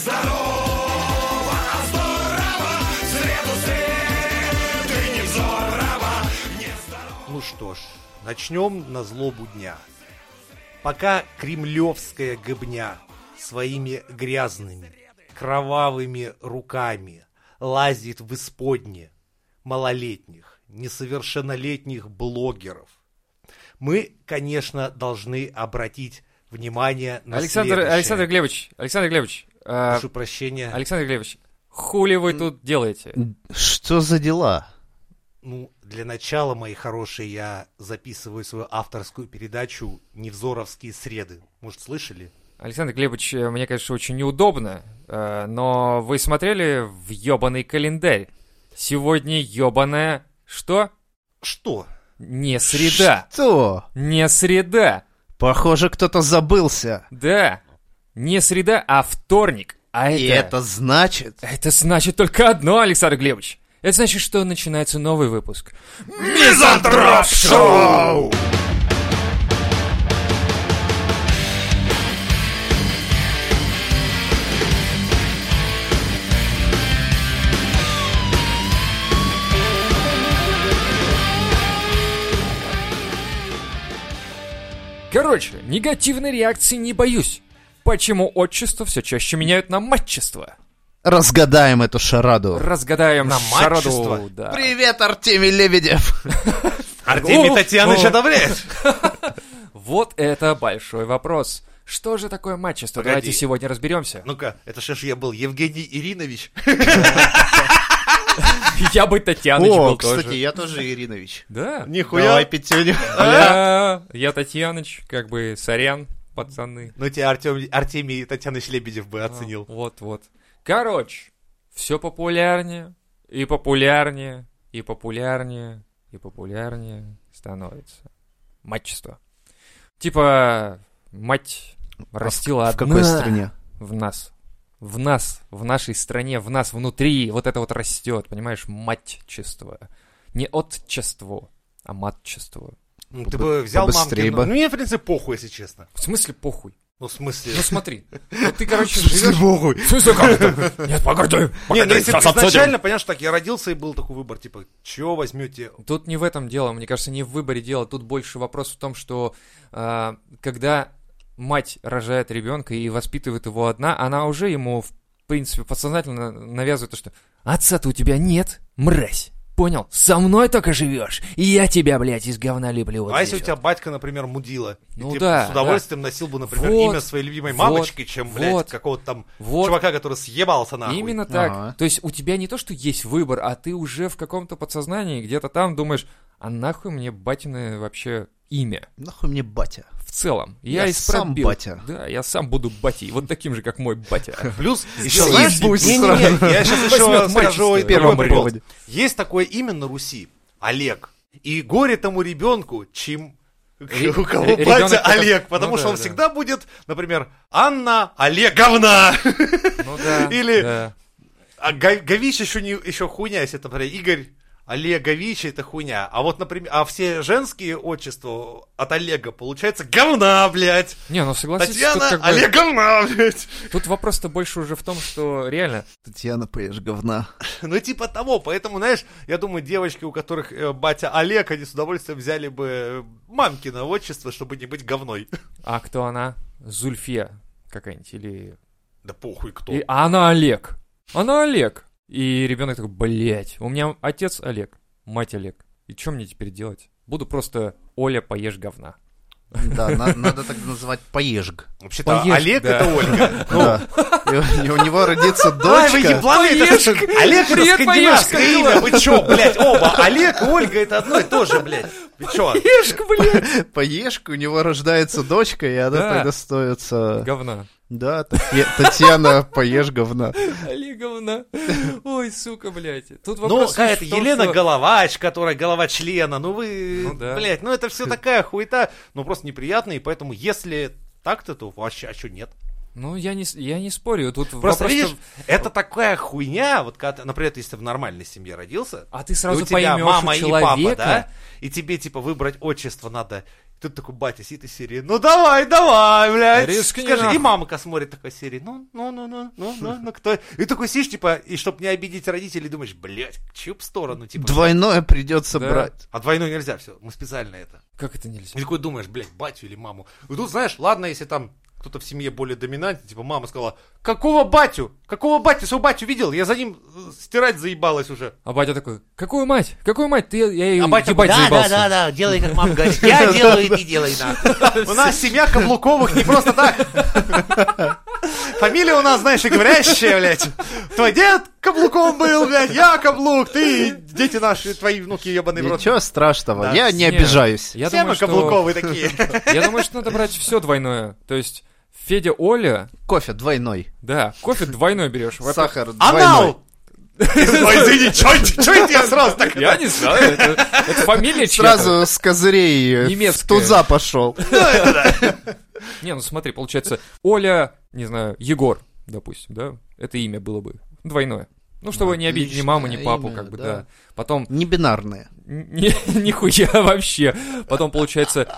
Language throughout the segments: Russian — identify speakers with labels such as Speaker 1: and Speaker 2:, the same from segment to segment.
Speaker 1: здорово, а здорово, в среду след и невзорово, не здорово.
Speaker 2: Ну что ж, начнем на злобу дня. Пока кремлевская гыбня своими грязными, кровавыми руками лазит в исподне малолетних, несовершеннолетних блогеров, мы, конечно, должны обратить внимание на
Speaker 3: Александр,
Speaker 2: следующее. А
Speaker 3: Александр Глебович, Александр Глебович, э,
Speaker 2: Прошу прощения.
Speaker 3: Александр Глебович, хули вы тут делаете?
Speaker 4: Что за дела?
Speaker 2: Ну, для начала, мои хорошие, я записываю свою авторскую передачу «Невзоровские среды». Может, слышали?
Speaker 3: Александр Глебович, э, мне, конечно, очень неудобно, э, но вы смотрели в ёбаный календарь? Сегодня ёбаная... Что?
Speaker 2: Что?
Speaker 3: Не среда.
Speaker 4: Что?
Speaker 3: Не среда.
Speaker 4: Похоже, кто-то забылся.
Speaker 3: Да. Не среда, а вторник. А
Speaker 4: И это значит...
Speaker 3: Это значит только одно, Александр Глебович. Это значит, что начинается новый выпуск.
Speaker 1: Мизантроп Шоу!
Speaker 3: Короче, негативной реакции не боюсь. Почему отчество все чаще меняют на матчество?
Speaker 4: Разгадаем эту шараду.
Speaker 3: Разгадаем
Speaker 2: На
Speaker 3: шараду,
Speaker 2: матчество?
Speaker 3: да.
Speaker 4: Привет, Артемий Лебедев!
Speaker 2: Артемий
Speaker 3: О,
Speaker 2: Татьяныч
Speaker 3: о.
Speaker 2: одобряет.
Speaker 3: Вот это большой вопрос. Что же такое матчество?
Speaker 2: Погоди.
Speaker 3: Давайте сегодня разберемся.
Speaker 2: Ну-ка, это же ж я был Евгений Иринович.
Speaker 3: Я бы Татьяныч
Speaker 4: О,
Speaker 3: был
Speaker 4: кстати,
Speaker 3: тоже.
Speaker 4: я тоже Иринович.
Speaker 3: Да.
Speaker 4: Давай,
Speaker 2: Нихуя.
Speaker 4: Петюню.
Speaker 3: А, Я Татьяныч, как бы сорян, пацаны.
Speaker 2: Ну тебя Артем, Артемий Татьяныч Лебедев
Speaker 3: А.
Speaker 2: бы оценил.
Speaker 3: Вот-вот. Короче, все популярнее и популярнее и популярнее и популярнее становится. Матчество. Типа, мать растила
Speaker 4: В какой
Speaker 3: одна
Speaker 4: стране?
Speaker 3: в нас. В нас, в нашей стране, в нас внутри. Вот это вот растет, понимаешь, матчество. Не отчество, а матчество.
Speaker 2: Ну,
Speaker 4: Побы-
Speaker 2: Ты бы взял
Speaker 4: побыстрее
Speaker 2: мамки. Ну,
Speaker 4: бы.
Speaker 2: мне, в принципе, похуй, если честно.
Speaker 3: В смысле похуй?
Speaker 2: Ну, в смысле...
Speaker 3: Ну смотри, вот ты, короче, живешь...
Speaker 2: похуй?
Speaker 3: В смысле как это? Нет, погоди,
Speaker 2: Не, ну если
Speaker 3: погоди,
Speaker 2: бы
Speaker 3: щас отсадим.
Speaker 2: изначально, понимаешь, так я родился и был такой выбор, типа, чё возьмете?
Speaker 3: Тут не в этом дело, мне кажется, не в выборе дело. Тут больше вопрос в том, что э, когда мать рожает ребенка и воспитывает его одна, она уже ему, в принципе, подсознательно навязывает то, что «Отца-то у тебя нет, мразь!» Понял? Со мной только живешь, и я тебя, блядь, из говна леплю. вот
Speaker 2: а
Speaker 3: здесь
Speaker 2: если у тебя батька, например, мудила,
Speaker 3: Ну
Speaker 2: и ты
Speaker 3: да,
Speaker 2: с удовольствием носил бы, например,
Speaker 3: Вот,
Speaker 2: имя своей любимой
Speaker 3: вот,
Speaker 2: мамочки, чем, блядь,
Speaker 3: вот.
Speaker 2: какого-то там
Speaker 3: вот». Вот.
Speaker 2: чувака, который съебался нахуй.
Speaker 3: Именно так.
Speaker 4: Ага.
Speaker 3: То есть у тебя не то, что есть выбор, а ты уже в каком-то подсознании где-то там думаешь, а нахуй мне батины вообще имя?
Speaker 4: Нахуй мне батя.
Speaker 3: В целом. Я,
Speaker 4: Я
Speaker 3: и
Speaker 4: сам
Speaker 3: пробил.
Speaker 4: батя.
Speaker 3: Да, я сам буду батей. Вот таким же, как мой батя.
Speaker 2: Плюс, еще,
Speaker 4: Съебусь
Speaker 2: знаешь, не-не-не, я сейчас еще
Speaker 3: Возьмёт
Speaker 2: скажу
Speaker 3: мальчество.
Speaker 2: и
Speaker 3: Первым
Speaker 2: первым прикол.
Speaker 3: приводит.
Speaker 2: Есть такое имя на Руси, Олег. И горе тому ребенку, чем у кого
Speaker 3: ре- ребёнок
Speaker 2: батя
Speaker 3: потом-
Speaker 2: Олег,
Speaker 3: Ну
Speaker 2: потому что
Speaker 3: да,
Speaker 2: он
Speaker 3: да.
Speaker 2: всегда будет, например, Анна Олеговна.
Speaker 3: Ну да.
Speaker 2: Или-
Speaker 3: да.
Speaker 2: А Га- Гавич еще не еще хуйня, если это, например, Игорь Олегович это хуйня. А вот, например, а все женские отчества от Олега получается говна, блядь.
Speaker 3: Не, ну согласись, тут
Speaker 2: Татьяна
Speaker 3: как бы-
Speaker 2: Олеговна, блядь.
Speaker 3: Тут вопрос-то больше уже в том, что реально...
Speaker 4: Татьяна, поешь говна.
Speaker 2: Ну, типа того. Поэтому, знаешь, я думаю, девочки, у которых э, батя Олег, они с удовольствием взяли бы э, мамкино отчество, чтобы не быть говной.
Speaker 3: А кто она? Зульфия какая-нибудь или...
Speaker 2: Да похуй кто.
Speaker 3: И- А она Олег. Она Олег. И ребенок такой, блядь, у меня отец Олег, мать Олег. И что мне теперь делать? Буду просто Оля, поешь говна.
Speaker 4: Да, на- надо так называть поежг.
Speaker 2: Вообще-то
Speaker 3: Поешь,
Speaker 2: Олег
Speaker 3: да.
Speaker 2: это Ольга.
Speaker 4: Да. И у- и у него родится
Speaker 2: Ай, вы
Speaker 4: дочка.
Speaker 2: ебланы, это-
Speaker 3: Поешь,
Speaker 2: Олег это
Speaker 3: привет,
Speaker 2: скандинавское
Speaker 3: поешь,
Speaker 2: имя, вы чё, блядь, оба. Олег и Ольга это одно и то же, блядь. Вы чё?
Speaker 3: Ешка, блядь.
Speaker 4: Поежг, у него рождается дочка, и она
Speaker 3: Да.
Speaker 4: тогда становится...
Speaker 3: Говна.
Speaker 4: Да, Татья- Татьяна, поешь говна.
Speaker 3: Олег, говна. Ой, сука, блядь. Тут
Speaker 2: Ну,
Speaker 3: вопрос... лишь
Speaker 2: какая-то
Speaker 3: в том,
Speaker 2: Елена
Speaker 3: что-
Speaker 2: Головач, которая голова члена, ну вы,
Speaker 3: Ну да.
Speaker 2: блядь, ну это все такая хуета, ну просто неприятно, и поэтому если так-то, то вообще, а чё нет?
Speaker 3: Ну, я не, с- я не спорю. Тут
Speaker 2: Просто,
Speaker 3: вопрос,
Speaker 2: видишь,
Speaker 3: что-
Speaker 2: это такая хуйня, вот когда, ты, например, если ты в нормальной семье родился,
Speaker 3: А ты
Speaker 2: и
Speaker 3: сразу
Speaker 2: у тебя
Speaker 3: поймешь
Speaker 2: мама
Speaker 3: у
Speaker 2: и папа,
Speaker 3: человека.
Speaker 2: да, и тебе, типа, выбрать отчество надо Тут такой батя сидит из серии, ну давай, давай, блядь.
Speaker 3: Рискни
Speaker 2: Скажи, и
Speaker 3: нахуй.
Speaker 2: мамка смотрит такой серии, ну, ну, ну, ну, ну, ну, ну, кто. И такой сидишь, типа, и чтобы не обидеть родителей, думаешь, блядь, чью б сторону, типа.
Speaker 4: Двойное придется
Speaker 3: Да.
Speaker 4: брать.
Speaker 2: А двойную нельзя, все, мы специально это.
Speaker 3: Как это
Speaker 2: И
Speaker 3: нельзя?
Speaker 2: такой думаешь, блядь, батю или маму. И тут, знаешь, ладно, если там кто-то в семье более доминантен, типа мама сказала, какого батю? Какого батю? Свою батю видел? Я за ним э, стирать заебалась уже.
Speaker 3: А батя такой, какую мать? Какую мать? Ты, я ее
Speaker 2: А батя
Speaker 3: ебать
Speaker 5: да, да,
Speaker 3: заебался.
Speaker 5: да, да, делай, как мама говорит. Я делаю, и ты делай, нахуй.
Speaker 2: У нас семья Каблуковых не просто так. Фамилия у нас, знаешь, и говорящая, блядь. Твой дед Каблуком был, блядь, я Каблук, ты, дети наши, твои внуки ебаные в рот.
Speaker 4: Ничего страшного,
Speaker 2: Да.
Speaker 4: я не
Speaker 3: Нет.
Speaker 4: обижаюсь.
Speaker 3: Я
Speaker 2: Все
Speaker 3: думаю,
Speaker 2: мы
Speaker 3: что-
Speaker 2: Каблуковые такие.
Speaker 3: Я думаю, что надо брать все двойное. То есть Федя, Оля,
Speaker 4: Кофе двойной,
Speaker 3: да, кофе двойной берешь. Во-первых,
Speaker 4: сахар двойной.
Speaker 2: Типа, Анал! Ой, извини, чё это я сразу так?
Speaker 3: Я не знаю, это, это фамилия чья-то.
Speaker 4: Сразу с козырей э, в
Speaker 3: Немецкая.
Speaker 4: туза пошел.
Speaker 3: Не, ну смотри, получается, Оля, не знаю, Егор, допустим, да, это имя было бы двойное. Ну, чтобы не обидеть ни маму, ни
Speaker 4: Отличное
Speaker 3: папу,
Speaker 4: имя,
Speaker 3: как бы,
Speaker 4: да.
Speaker 3: да. Потом,
Speaker 4: Не бинарные.
Speaker 3: н- ни- нихуя вообще. Потом, получается,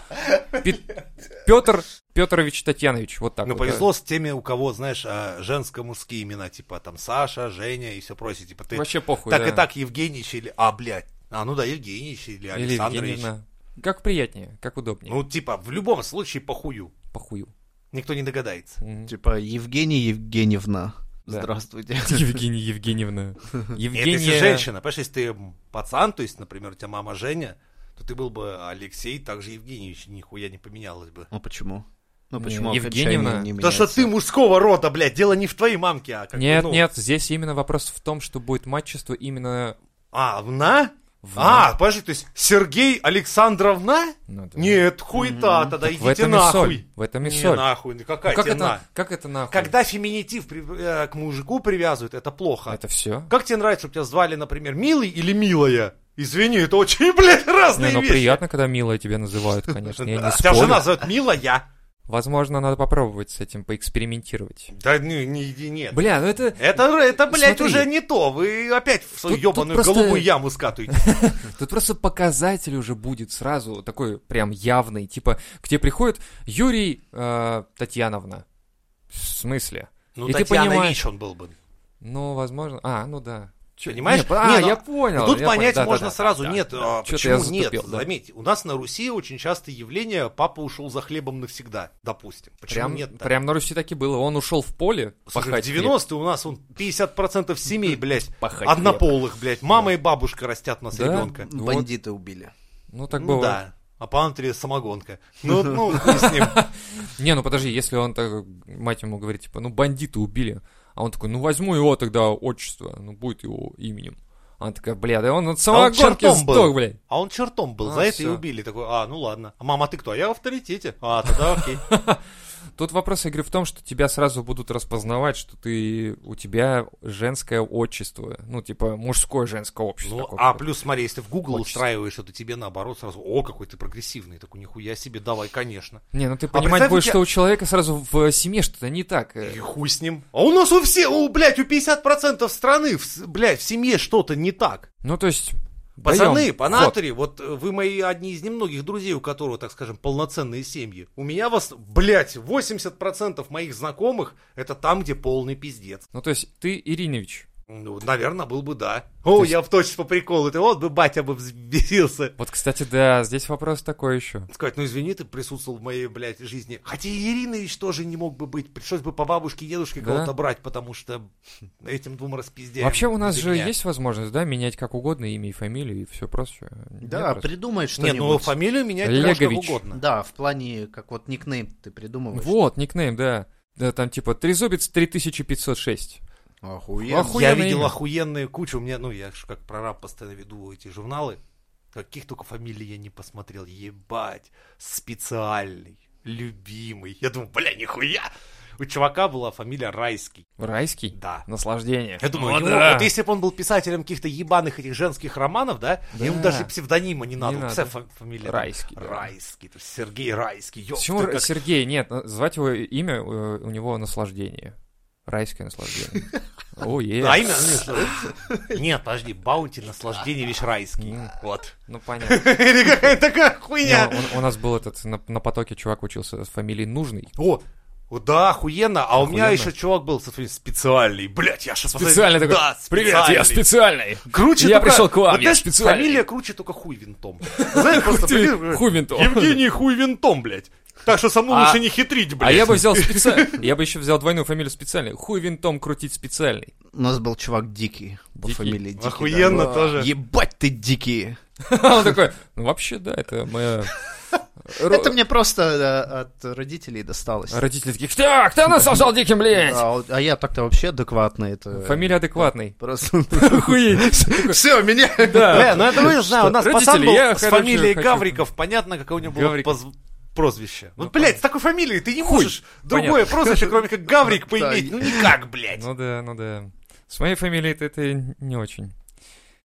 Speaker 3: Петр Петрович Татьянович, вот так
Speaker 2: Ну,
Speaker 3: вот, да.
Speaker 2: повезло с теми, у кого, знаешь, а, женско-мужские имена, типа там Саша, Женя и все прочее. Типа ты
Speaker 3: Вообще похуй,
Speaker 2: так
Speaker 3: да.
Speaker 2: и так Евгеньевич или... А, блядь. А, ну да, Евгеньевич или
Speaker 3: Или
Speaker 2: Александрович.
Speaker 3: Евгеньевна. Как приятнее, как удобнее,
Speaker 2: Ну, типа, в любом случае похую.
Speaker 3: по хую.
Speaker 2: Никто не догадается.
Speaker 3: Мгм.
Speaker 4: Типа Евгений Евгеньевна.
Speaker 3: Да.
Speaker 4: Здравствуйте.
Speaker 3: Евгения Евгеньевна.
Speaker 2: Нет, если
Speaker 3: Евгения...
Speaker 2: женщина, понимаешь, если ты м, пацан, то есть, например, у тебя мама Женя, то ты был бы Алексей, также Евгеньевич, нихуя не поменялось бы.
Speaker 4: Ну почему? Ну
Speaker 3: Не,
Speaker 4: почему
Speaker 3: Евгеньевна.
Speaker 4: окончание не
Speaker 2: Потому что
Speaker 4: меняется?
Speaker 2: ты мужского рода, блядь, дело не в твоей мамке, а как бы,
Speaker 3: Нет,
Speaker 2: ну,
Speaker 3: нет, здесь именно вопрос в том, что будет матчество именно...
Speaker 2: А, вна?
Speaker 3: в-
Speaker 2: А, подожди, то есть Сергей Александровна?
Speaker 3: Ну, это-
Speaker 2: Нет, хуета, тогда
Speaker 3: В
Speaker 2: идите
Speaker 3: этом и соль.
Speaker 2: нахуй.
Speaker 3: В этом и
Speaker 2: Не
Speaker 3: соль.
Speaker 2: нахуй, ну
Speaker 3: Ну,
Speaker 2: какая
Speaker 3: как
Speaker 2: тебе
Speaker 3: это,
Speaker 2: на?
Speaker 3: как это нахуй?
Speaker 2: Когда феминитив при- э, к мужику привязывают, это плохо.
Speaker 3: Это все.
Speaker 2: Как тебе нравится, чтобы тебя звали, например, милый или милая? Извини, это очень, блядь, разные
Speaker 3: Не, ну
Speaker 2: вещи. Э,
Speaker 3: приятно, когда милая тебя называют, конечно. Я не
Speaker 2: Тебя жена
Speaker 3: спорю.
Speaker 2: зовет милая.
Speaker 3: Возможно, надо попробовать с этим поэкспериментировать.
Speaker 2: Да ну, не, иди, нет.
Speaker 3: Бля, ну это...
Speaker 2: Это, это, блядь,
Speaker 3: Смотри.
Speaker 2: уже не то. Вы опять в свою
Speaker 3: Тут- тут
Speaker 2: ебаную
Speaker 3: просто-
Speaker 2: голубую яму скатываете.
Speaker 3: Тут просто показатель уже будет сразу такой прям явный. Типа, к тебе приходит Юрий э, Татьяновна. В смысле?
Speaker 2: Ну,
Speaker 3: И ты
Speaker 2: Татьяна
Speaker 3: понимаешь-
Speaker 2: Вич он был бы.
Speaker 3: Ну, возможно... А, ну да. Чё-
Speaker 2: Понимаешь?
Speaker 3: Не, а,
Speaker 2: Не, ну,
Speaker 3: я понял.
Speaker 2: Ну, Тут
Speaker 3: я
Speaker 2: понять
Speaker 3: понял. Да,
Speaker 2: можно
Speaker 3: да, да,
Speaker 2: сразу.
Speaker 3: да,
Speaker 2: нет,
Speaker 3: да.
Speaker 2: а
Speaker 3: Чё-то
Speaker 2: почему
Speaker 3: я затупил,
Speaker 2: нет?
Speaker 3: да.
Speaker 2: Заметь, у нас на Руси очень часто явление «папа ушел за хлебом навсегда», допустим. Почему
Speaker 3: Прям,
Speaker 2: нет?
Speaker 3: прям на Руси так и было. Он ушел в поле
Speaker 2: Слушай,
Speaker 3: пахать
Speaker 2: в
Speaker 3: хлеб.
Speaker 2: 90-е у нас он 50% семей, блядь,
Speaker 3: Пахать хлеб.
Speaker 2: однополых, блядь. Мама и бабушка растят у нас
Speaker 3: Да?
Speaker 2: ребенка.
Speaker 3: Вот.
Speaker 4: Бандиты убили.
Speaker 3: Ну, так
Speaker 2: ну
Speaker 3: бывает.
Speaker 2: да. А по Антре самогонка. Ну, ну, хуй с ним.
Speaker 3: Не, ну подожди, если он так, мать ему говорит, типа, ну бандиты убили. А он такой, ну возьму его тогда отчество, ну будет его именем. Она такая, бля, да он от
Speaker 2: А он
Speaker 3: самогонки
Speaker 2: чертом был.
Speaker 3: сдох, блядь.
Speaker 2: А он чертом был,
Speaker 3: А,
Speaker 2: за это и
Speaker 3: всё.
Speaker 2: убили. Такой, а, ну ладно. А мама, ты кто? А я в авторитете. А, тогда окей.
Speaker 3: Тут вопрос игры в том, что тебя сразу будут распознавать, что ты, у тебя женское отчество. Ну, типа, мужское женское общество.
Speaker 2: Ну, а
Speaker 3: такое какое-то.
Speaker 2: плюс, смотри, если в Google
Speaker 3: Хочется.
Speaker 2: устраиваешь, это тебе наоборот сразу, о, какой ты прогрессивный. Такой, нихуя себе, давай, конечно.
Speaker 3: Не, ну ты
Speaker 2: представь, у
Speaker 3: понимать будешь,
Speaker 2: тебя-
Speaker 3: что у человека сразу в семье что-то не так. э.
Speaker 2: И хуй с ним. А у нас у всех, у, блядь, у 50% страны, в, с- блядь, в семье что-то не так.
Speaker 3: Ну, то есть...
Speaker 2: Пацаны,
Speaker 3: даём
Speaker 2: по
Speaker 3: ход.
Speaker 2: натуре, вот э, вы мои одни из немногих друзей, у которого, так скажем, полноценные семьи. У меня вас, блядь, 80% моих знакомых, это там, где полный пиздец.
Speaker 3: Ну, то есть ты Иринович.
Speaker 2: Ну, наверное, был бы да. О,
Speaker 3: есть-
Speaker 2: я в точно по приколу, ты вот бы батя бы взбесился.
Speaker 3: Вот, кстати, да, здесь вопрос такой еще.
Speaker 2: Сказать, ну извини, ты присутствовал в моей, блядь, жизни. Хотя и Иринович тоже не мог бы быть. Пришлось бы по бабушке и дедушке
Speaker 3: Да?
Speaker 2: кого-то брать, потому что этим двум распиздяем.
Speaker 3: Вообще у нас
Speaker 2: до
Speaker 3: же
Speaker 2: меня.
Speaker 3: есть возможность, да, менять как угодно имя и фамилию и все прочее.
Speaker 4: Да,
Speaker 3: Нет,
Speaker 4: придумай
Speaker 2: Не, ну
Speaker 4: что-нибудь.
Speaker 2: фамилию менять можно как
Speaker 3: Легович.
Speaker 2: угодно.
Speaker 4: Да, в плане, как вот никнейм ты придумываешь.
Speaker 3: Вот, никнейм, да. Да, там типа «Трезубец 3506».
Speaker 2: Я
Speaker 3: Оху-
Speaker 4: Охуенно.
Speaker 3: Охуенное
Speaker 2: видел
Speaker 3: имя.
Speaker 2: охуенные кучу. У меня, ну, я же как прораб постоянно веду эти журналы. Каких только фамилий я не посмотрел. Ебать. Специальный. Любимый. Я думаю, бля, нихуя. У чувака была фамилия Райский.
Speaker 3: Райский?
Speaker 2: Да.
Speaker 3: Наслаждение.
Speaker 2: Я думаю,
Speaker 3: О,
Speaker 2: ему-
Speaker 3: да.
Speaker 2: вот если бы он был писателем каких-то ебаных этих женских романов, да,
Speaker 3: Да.
Speaker 2: ему даже псевдонима не надо.
Speaker 3: Не
Speaker 2: Представь
Speaker 3: надо.
Speaker 2: фа- фамилия.
Speaker 3: Райский, да.
Speaker 2: Райский. то есть Сергей Райский. ёпта,
Speaker 3: Почему
Speaker 2: как-
Speaker 3: Сергей? Нет, на- звать его имя, э, у него наслаждение. Райское наслаждение. О, е.
Speaker 2: А именно, нет, нет, подожди, баунти, наслаждение, вещь райский. Вот.
Speaker 3: Ну, понятно.
Speaker 2: Или какая-то такая
Speaker 3: Я-
Speaker 2: хуйня.
Speaker 3: у- У нас был этот, на на потоке чувак учился с фамилией Нужный.
Speaker 2: О, о, да, охуенно. А у меня
Speaker 3: Охуенно.
Speaker 2: еще чувак был со своим специальный. Блять, я сейчас
Speaker 3: Специально такой,
Speaker 2: Да,
Speaker 3: привет, я
Speaker 2: специальный».
Speaker 3: специальный.
Speaker 2: Круче
Speaker 3: Я
Speaker 2: только-
Speaker 3: пришел к вам,
Speaker 2: вот
Speaker 3: я
Speaker 2: знаешь,
Speaker 3: специальный.
Speaker 2: Фамилия круче только хуй винтом. Знаешь, просто
Speaker 3: Ты
Speaker 2: прикинь,
Speaker 3: хуй винтом.
Speaker 2: Евгений хуй винтом, блядь. Так что со мной
Speaker 3: А-
Speaker 2: лучше не хитрить, блядь.
Speaker 3: А я бы взял специально, я бы еще взял двойную фамилию специальный. Хуй винтом крутить специальный.
Speaker 4: У нас был чувак Дикий, по
Speaker 3: Дикий.
Speaker 4: фамилии Дикий. да.
Speaker 2: Охуенно
Speaker 3: да.
Speaker 2: тоже.
Speaker 4: Ебать ты дикий.
Speaker 3: А он такой, ну вообще, да, это моя... Ро-
Speaker 4: Это мне просто э, от родителей досталось.
Speaker 3: Родители такие, так, кто нас создал диким, блядь?
Speaker 4: А, а я так-то вообще адекватный. Это
Speaker 3: Фамилия адекватный.
Speaker 4: Просто...
Speaker 3: Охуеть.
Speaker 4: Все, меня...
Speaker 2: Бля,
Speaker 3: Да.
Speaker 2: ну это вы знаете, у нас
Speaker 3: Родители,
Speaker 2: пацан был
Speaker 3: я,
Speaker 2: с
Speaker 3: короче,
Speaker 2: фамилией
Speaker 3: хочу.
Speaker 2: Гавриков, понятно, какое у него было
Speaker 3: Гавриков.
Speaker 2: поз- прозвище. Ну,
Speaker 3: Ну,
Speaker 2: блядь, с такой фамилией ты не можешь другое прозвище, кроме как Гаврик поиметь. Ну никак, блядь.
Speaker 3: Ну да, ну да. С моей фамилией это не очень.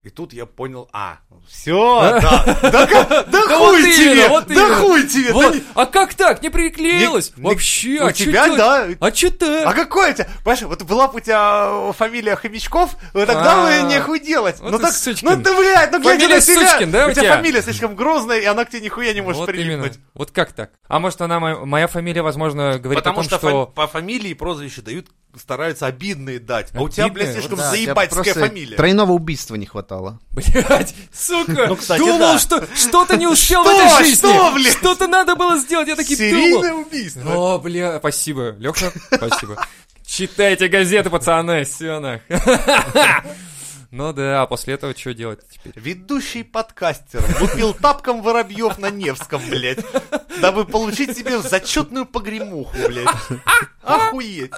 Speaker 2: И тут я понял, а, все, да, да, ка- да
Speaker 3: Да
Speaker 2: хуй
Speaker 3: вот
Speaker 2: тебе,
Speaker 3: именно, вот
Speaker 2: да
Speaker 3: именно.
Speaker 2: хуй тебе,
Speaker 3: Вот,
Speaker 2: да-
Speaker 3: а как так? Не приклеилось?
Speaker 2: Не- не-
Speaker 3: Вообще,
Speaker 2: у
Speaker 3: а чё
Speaker 2: тебя,
Speaker 3: делать?
Speaker 2: да.
Speaker 3: А чё так?
Speaker 2: А какое у тебя? Понимаешь, вот была бы у тебя э, фамилия Хомячков, вот тогда
Speaker 3: А.
Speaker 2: бы не хуй делать.
Speaker 3: Вот
Speaker 2: Ну
Speaker 3: ты
Speaker 2: так,
Speaker 3: сучкин.
Speaker 2: ну ты, блядь, ну глядя
Speaker 3: Фамилия
Speaker 2: на себя,
Speaker 3: сучкин, да, у
Speaker 2: у тебя
Speaker 3: тебя?
Speaker 2: фамилия слишком грозная, и она к тебе нихуя не может
Speaker 3: вот
Speaker 2: прилипнуть.
Speaker 3: именно. Вот как так? А может, она моя, моя фамилия, возможно, говорит
Speaker 2: Потому
Speaker 3: о том,
Speaker 2: что,
Speaker 3: что...
Speaker 2: фа- по фамилии и прозвищу дают, стараются обидные дать. А у тебя,
Speaker 3: Обидные?
Speaker 2: блядь, слишком
Speaker 4: Да,
Speaker 2: заебательская
Speaker 4: просто
Speaker 2: фамилия.
Speaker 4: Тройного убийства не хватало.
Speaker 3: Блять, сука!
Speaker 2: Ну, кстати,
Speaker 3: думал,
Speaker 2: да.
Speaker 3: что что-то не успел
Speaker 2: Что?
Speaker 3: в этой жизни!
Speaker 2: Что, блядь?
Speaker 3: то надо было сделать, я таки
Speaker 2: Серийное
Speaker 3: думал!
Speaker 2: убийство.
Speaker 3: О, бля, спасибо, Леха, спасибо. Читайте газеты, пацаны, все нах. Ну да, а после этого что делать теперь?
Speaker 2: Ведущий подкастер лупил тапком воробьев на Невском, блядь, дабы получить себе зачетную погремуху, блядь. Охуеть.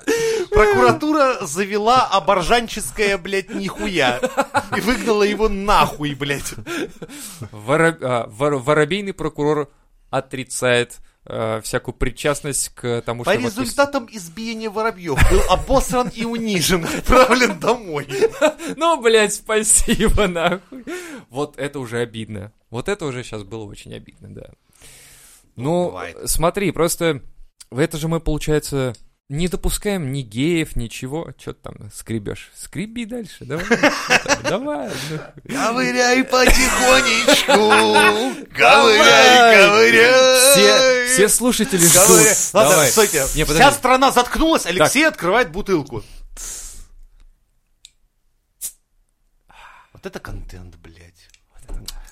Speaker 2: Прокуратура завела оборжанческое, блядь, нихуя. И выгнала его нахуй, блядь.
Speaker 3: Воро- а, вор- Воробейный прокурор отрицает э, всякую причастность к тому,
Speaker 2: По
Speaker 3: что... его отпустили.
Speaker 2: результатам избиения воробьев был обосран и унижен, отправлен домой.
Speaker 3: Ну, блядь, спасибо, нахуй. Вот это уже обидно. Вот это уже сейчас было очень обидно, да. Ну,
Speaker 2: бывает.
Speaker 3: смотри, просто в это же мы, получается, не допускаем ни геев, ничего. Че ты там скребешь? Скреби дальше, давай. Давай. ну.
Speaker 2: Ковыряй потихонечку,
Speaker 4: Давай.
Speaker 2: ковыряй.
Speaker 3: Все, все слушатели
Speaker 2: Ковыряй.
Speaker 3: ждут.
Speaker 2: Ладно,
Speaker 3: Давай.
Speaker 2: стойте.
Speaker 3: Не,
Speaker 2: Вся
Speaker 3: подожди.
Speaker 2: страна заткнулась, Алексей открывает бутылку. Вот это контент, блядь.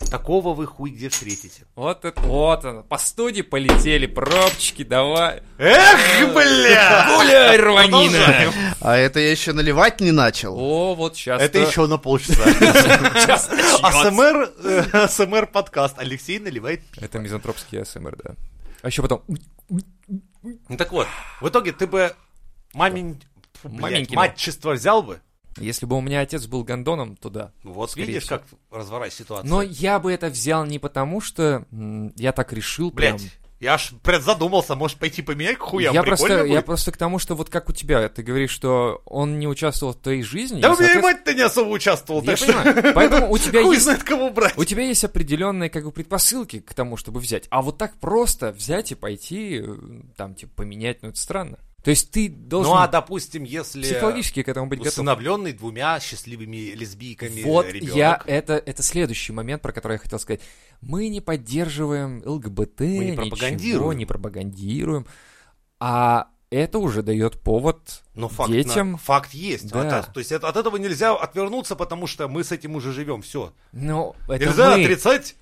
Speaker 2: Такого вы хуй где встретите.
Speaker 3: Вот это, вот оно. По студии полетели пробчики, давай.
Speaker 2: Эх, бля!
Speaker 3: Гуляй, рванина.
Speaker 4: А это я еще наливать не начал.
Speaker 3: О, вот сейчас.
Speaker 2: Это А еще на полчаса.
Speaker 3: Сейчас
Speaker 2: АСМР, э, АСМР подкаст. Алексей наливает
Speaker 3: Это мизантропский АСМР, да. А еще потом...
Speaker 2: Ну так вот, в итоге ты бы мамень... Фу, блядь,
Speaker 3: Маменькина.
Speaker 2: матчество взял бы.
Speaker 3: Если бы у меня отец был гондоном, то да.
Speaker 2: Вот
Speaker 3: Скорее
Speaker 2: видишь,
Speaker 3: всего.
Speaker 2: как разворачивает ситуацию.
Speaker 3: Но я бы это взял не потому, что м, я так решил прям.
Speaker 2: Блять, я аж прям задумался, может пойти поменять к хуям,
Speaker 3: я
Speaker 2: прикольно
Speaker 3: просто, я
Speaker 2: будет.
Speaker 3: просто к тому, что вот как у тебя, ты говоришь, что он не участвовал в твоей жизни.
Speaker 2: Да
Speaker 3: и,
Speaker 2: у меня и
Speaker 3: соответственно-
Speaker 2: мать-то не особо участвовал,
Speaker 3: Я
Speaker 2: так что
Speaker 3: понимаю. Поэтому у тебя
Speaker 2: хуй
Speaker 3: есть
Speaker 2: знает, кого брать.
Speaker 3: у тебя есть определенные как бы предпосылки к тому, чтобы взять. А вот так просто взять и пойти, э, там, типа, поменять, ну это странно. То есть ты должен
Speaker 2: Ну а допустим, если
Speaker 3: психологически к этому быть готов.
Speaker 2: усыновленный двумя счастливыми лесбийками
Speaker 3: Вот
Speaker 2: ребенок.
Speaker 3: я это это следующий момент, про который я хотел сказать. Мы не поддерживаем ЛГБТ, мы
Speaker 2: не пропагандируем.
Speaker 3: не пропагандируем, а это уже дает повод
Speaker 2: Но Ну, факт, на-
Speaker 3: детям.
Speaker 2: факт есть.
Speaker 3: Да.
Speaker 2: Вот так. то есть это- от этого нельзя отвернуться, потому что мы с этим уже живем. Все.
Speaker 3: Ну, это
Speaker 2: Нельзя
Speaker 3: мы.
Speaker 2: отрицать.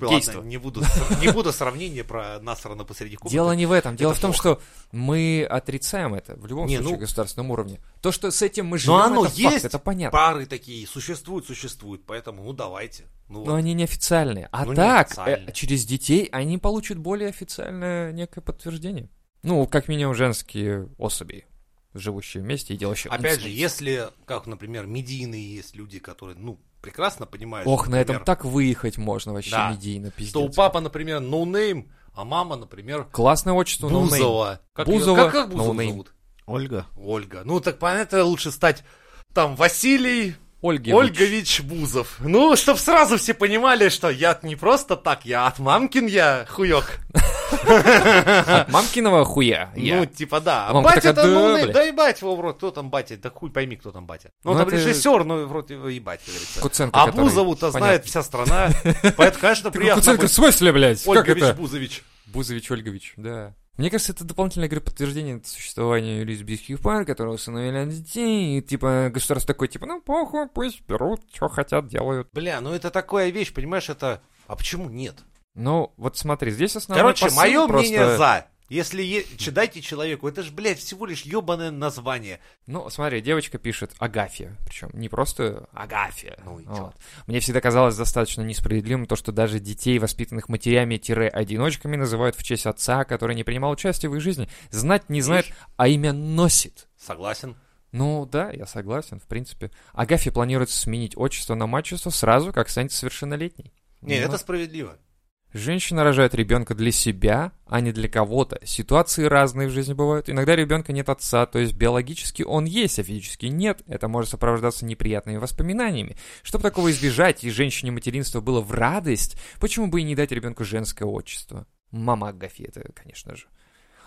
Speaker 2: Ладно,
Speaker 3: Действо.
Speaker 2: не буду, с- не буду сравнения про насрано посреди комнаты.
Speaker 3: Дело не в этом. Дело
Speaker 2: Это
Speaker 3: в том,
Speaker 2: плохо.
Speaker 3: что мы отрицаем это в любом
Speaker 2: Не,
Speaker 3: случае
Speaker 2: ну-
Speaker 3: государственном уровне. То, что с этим мы живем,
Speaker 2: Но оно
Speaker 3: это
Speaker 2: есть.
Speaker 3: факт, это понятно.
Speaker 2: Пары такие существуют, существуют, поэтому ну давайте. Ну,
Speaker 3: Но
Speaker 2: вот.
Speaker 3: они неофициальные. А
Speaker 2: Ну,
Speaker 3: так,
Speaker 2: неофициальные.
Speaker 3: э, через детей они получат более официальное некое подтверждение. Ну, как минимум, женские особи, живущие вместе и делающие...
Speaker 2: Опять же,
Speaker 3: онсайд.
Speaker 2: если, как, например, медийные есть люди, которые, ну, прекрасно понимают,
Speaker 3: Ох, на
Speaker 2: например,
Speaker 3: этом так выехать можно вообще
Speaker 2: Да.
Speaker 3: медийно, пиздец.
Speaker 2: что у папа, например, ноунейм, а мама, например,
Speaker 3: Классное отчество, no name.
Speaker 2: Бузова. Как её-
Speaker 3: Ну, Бузова,
Speaker 2: как, как Бузову
Speaker 3: ноунейм.
Speaker 2: зовут?
Speaker 4: Ольга.
Speaker 2: Ольга. Ну, так понятно, лучше стать там Василий,
Speaker 3: Ольги.
Speaker 2: Ольгович Бузов. Ну, чтоб сразу все понимали, что я не просто так, я от мамкин я хуёк.
Speaker 3: От мамкиного хуя.
Speaker 2: Ну,
Speaker 3: я.
Speaker 2: типа да. А
Speaker 3: Мамка
Speaker 2: батя
Speaker 3: такая,
Speaker 2: то
Speaker 3: «Да,
Speaker 2: ну,
Speaker 3: бля».
Speaker 2: да и бать его в рот. Кто там батя? Да хуй пойми, кто там батя. Ну,
Speaker 3: Ну,
Speaker 2: там
Speaker 3: это-
Speaker 2: режиссер, ну, вроде его ебать, как говорится.
Speaker 3: Куценко,
Speaker 2: А
Speaker 3: который-
Speaker 2: Бузову-то
Speaker 3: понятно.
Speaker 2: знает вся страна. Поэтому, конечно,
Speaker 3: Ты
Speaker 2: приятно
Speaker 3: Куценко, в
Speaker 2: быть.
Speaker 3: смысле, блядь? Как
Speaker 2: Ольгович
Speaker 3: это?
Speaker 2: Бузович.
Speaker 3: Бузович Ольгович, да. Мне кажется, это дополнительное говорю, подтверждение существования лесбийских пар, которые усыновили от детей, и типа государство такое, типа, ну похуй, пусть берут, что хотят, делают.
Speaker 2: Бля, ну это такая вещь, понимаешь, это... А почему нет?
Speaker 3: Ну, вот смотри, здесь основной
Speaker 2: Короче,
Speaker 3: посыл
Speaker 2: мое
Speaker 3: просто...
Speaker 2: мнение за. Если е- че- дайте человеку, это же, блядь, всего лишь ебаное название.
Speaker 3: Ну, смотри, девочка пишет Агафья, причем не просто Агафья.
Speaker 2: Ну и
Speaker 3: Вот.
Speaker 2: чё?
Speaker 3: Мне всегда казалось достаточно несправедливым то, что даже детей, воспитанных матерями-одиночками, называют в честь отца, который не принимал участия в их жизни. Знать не знает, а имя носит.
Speaker 2: Согласен.
Speaker 3: Ну да, я согласен, в принципе. Агафья планируется сменить отчество на мачество сразу, как станет совершеннолетней.
Speaker 2: Не,
Speaker 3: Ну,
Speaker 2: это справедливо.
Speaker 3: Женщина рожает ребенка для себя, а не для кого-то. Ситуации разные в жизни бывают. Иногда ребенка нет отца, то есть биологически он есть, а физически нет. Это может сопровождаться неприятными воспоминаниями. Чтобы такого избежать и женщине материнство было в радость, почему бы и не дать ребенку женское отчество? Мама Агафья это, конечно же.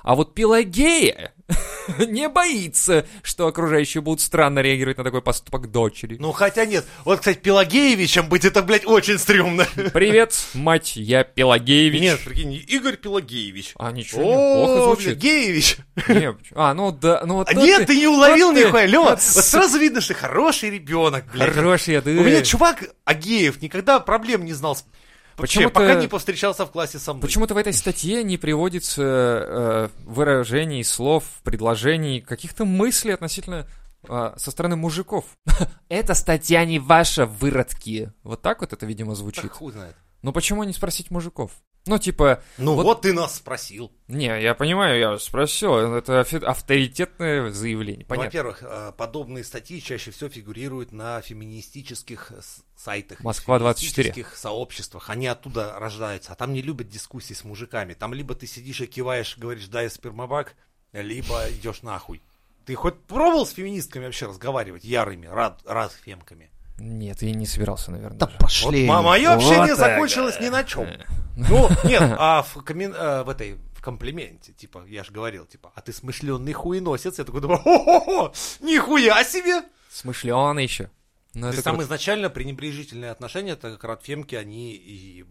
Speaker 3: А вот Пелагея не боится, что окружающие будут странно реагировать на такой поступок дочери.
Speaker 2: Ну, хотя нет. Вот, кстати, Пелагеевичем быть это, блядь, очень стрёмно.
Speaker 3: Ну, Привет, мать, я Пелагеевич.
Speaker 2: Нет, прикинь, Игорь Пелагеевич.
Speaker 3: А ничего, неплохо
Speaker 2: О,
Speaker 3: звучит.
Speaker 2: блядь, Геевич.
Speaker 3: Не, почему- а, ну да, ну вот
Speaker 2: А
Speaker 3: тут
Speaker 2: нет, ты не уловил
Speaker 3: вот ты-
Speaker 2: нихуя, Лёва.
Speaker 3: вот
Speaker 2: Вот сразу видно, что ты хороший ребенок, блядь.
Speaker 3: Хороший, да.
Speaker 2: У меня чувак Агеев никогда проблем не знал. с- Вообще,
Speaker 3: Почему-то-
Speaker 2: пока не повстречался в классе со мной.
Speaker 3: Почему-то в этой статье не приводится э, выражений, слов, предложений, каких-то мыслей относительно э, со стороны мужиков. Эта статья не ваша, выродки. Вот так вот это, видимо,
Speaker 2: Так
Speaker 3: звучит.
Speaker 2: хуй знает.
Speaker 3: Но почему не спросить мужиков? Ну, типа,
Speaker 2: Ну
Speaker 3: Вот-
Speaker 2: вот ты нас спросил.
Speaker 3: не, я понимаю, я спросил, это афи- авторитетное заявление,
Speaker 2: Ну,
Speaker 3: понятно.
Speaker 2: Во-первых, э, подобные статьи чаще всего фигурируют на феминистических э, с- сайтах.
Speaker 3: Москва 24.
Speaker 2: Феминистических сообществах. Они оттуда рождаются, а там не любят дискуссии с мужиками. Там либо ты сидишь и киваешь, говоришь, да, я спермобак, либо идешь нахуй. Ты хоть пробовал с феминистками вообще разговаривать, ярыми, рад, рад фемками?
Speaker 3: Нет, я не собирался, наверное.
Speaker 4: Да
Speaker 3: даже. Э,
Speaker 4: пошли.
Speaker 2: Вот мое
Speaker 4: Вот
Speaker 2: общение
Speaker 4: так.
Speaker 2: закончилось ни на чем. Ну, нет, а в, коммен- э, в этой в комплименте, типа, я же говорил, типа, а ты смышленный хуеносец. Я такой думаю, хо-хо-хо, нихуя себе!
Speaker 3: Смышленый еще. Ну,
Speaker 2: То
Speaker 3: это
Speaker 2: есть там
Speaker 3: круто.
Speaker 2: изначально пренебрежительные отношения, так как радфемки, они и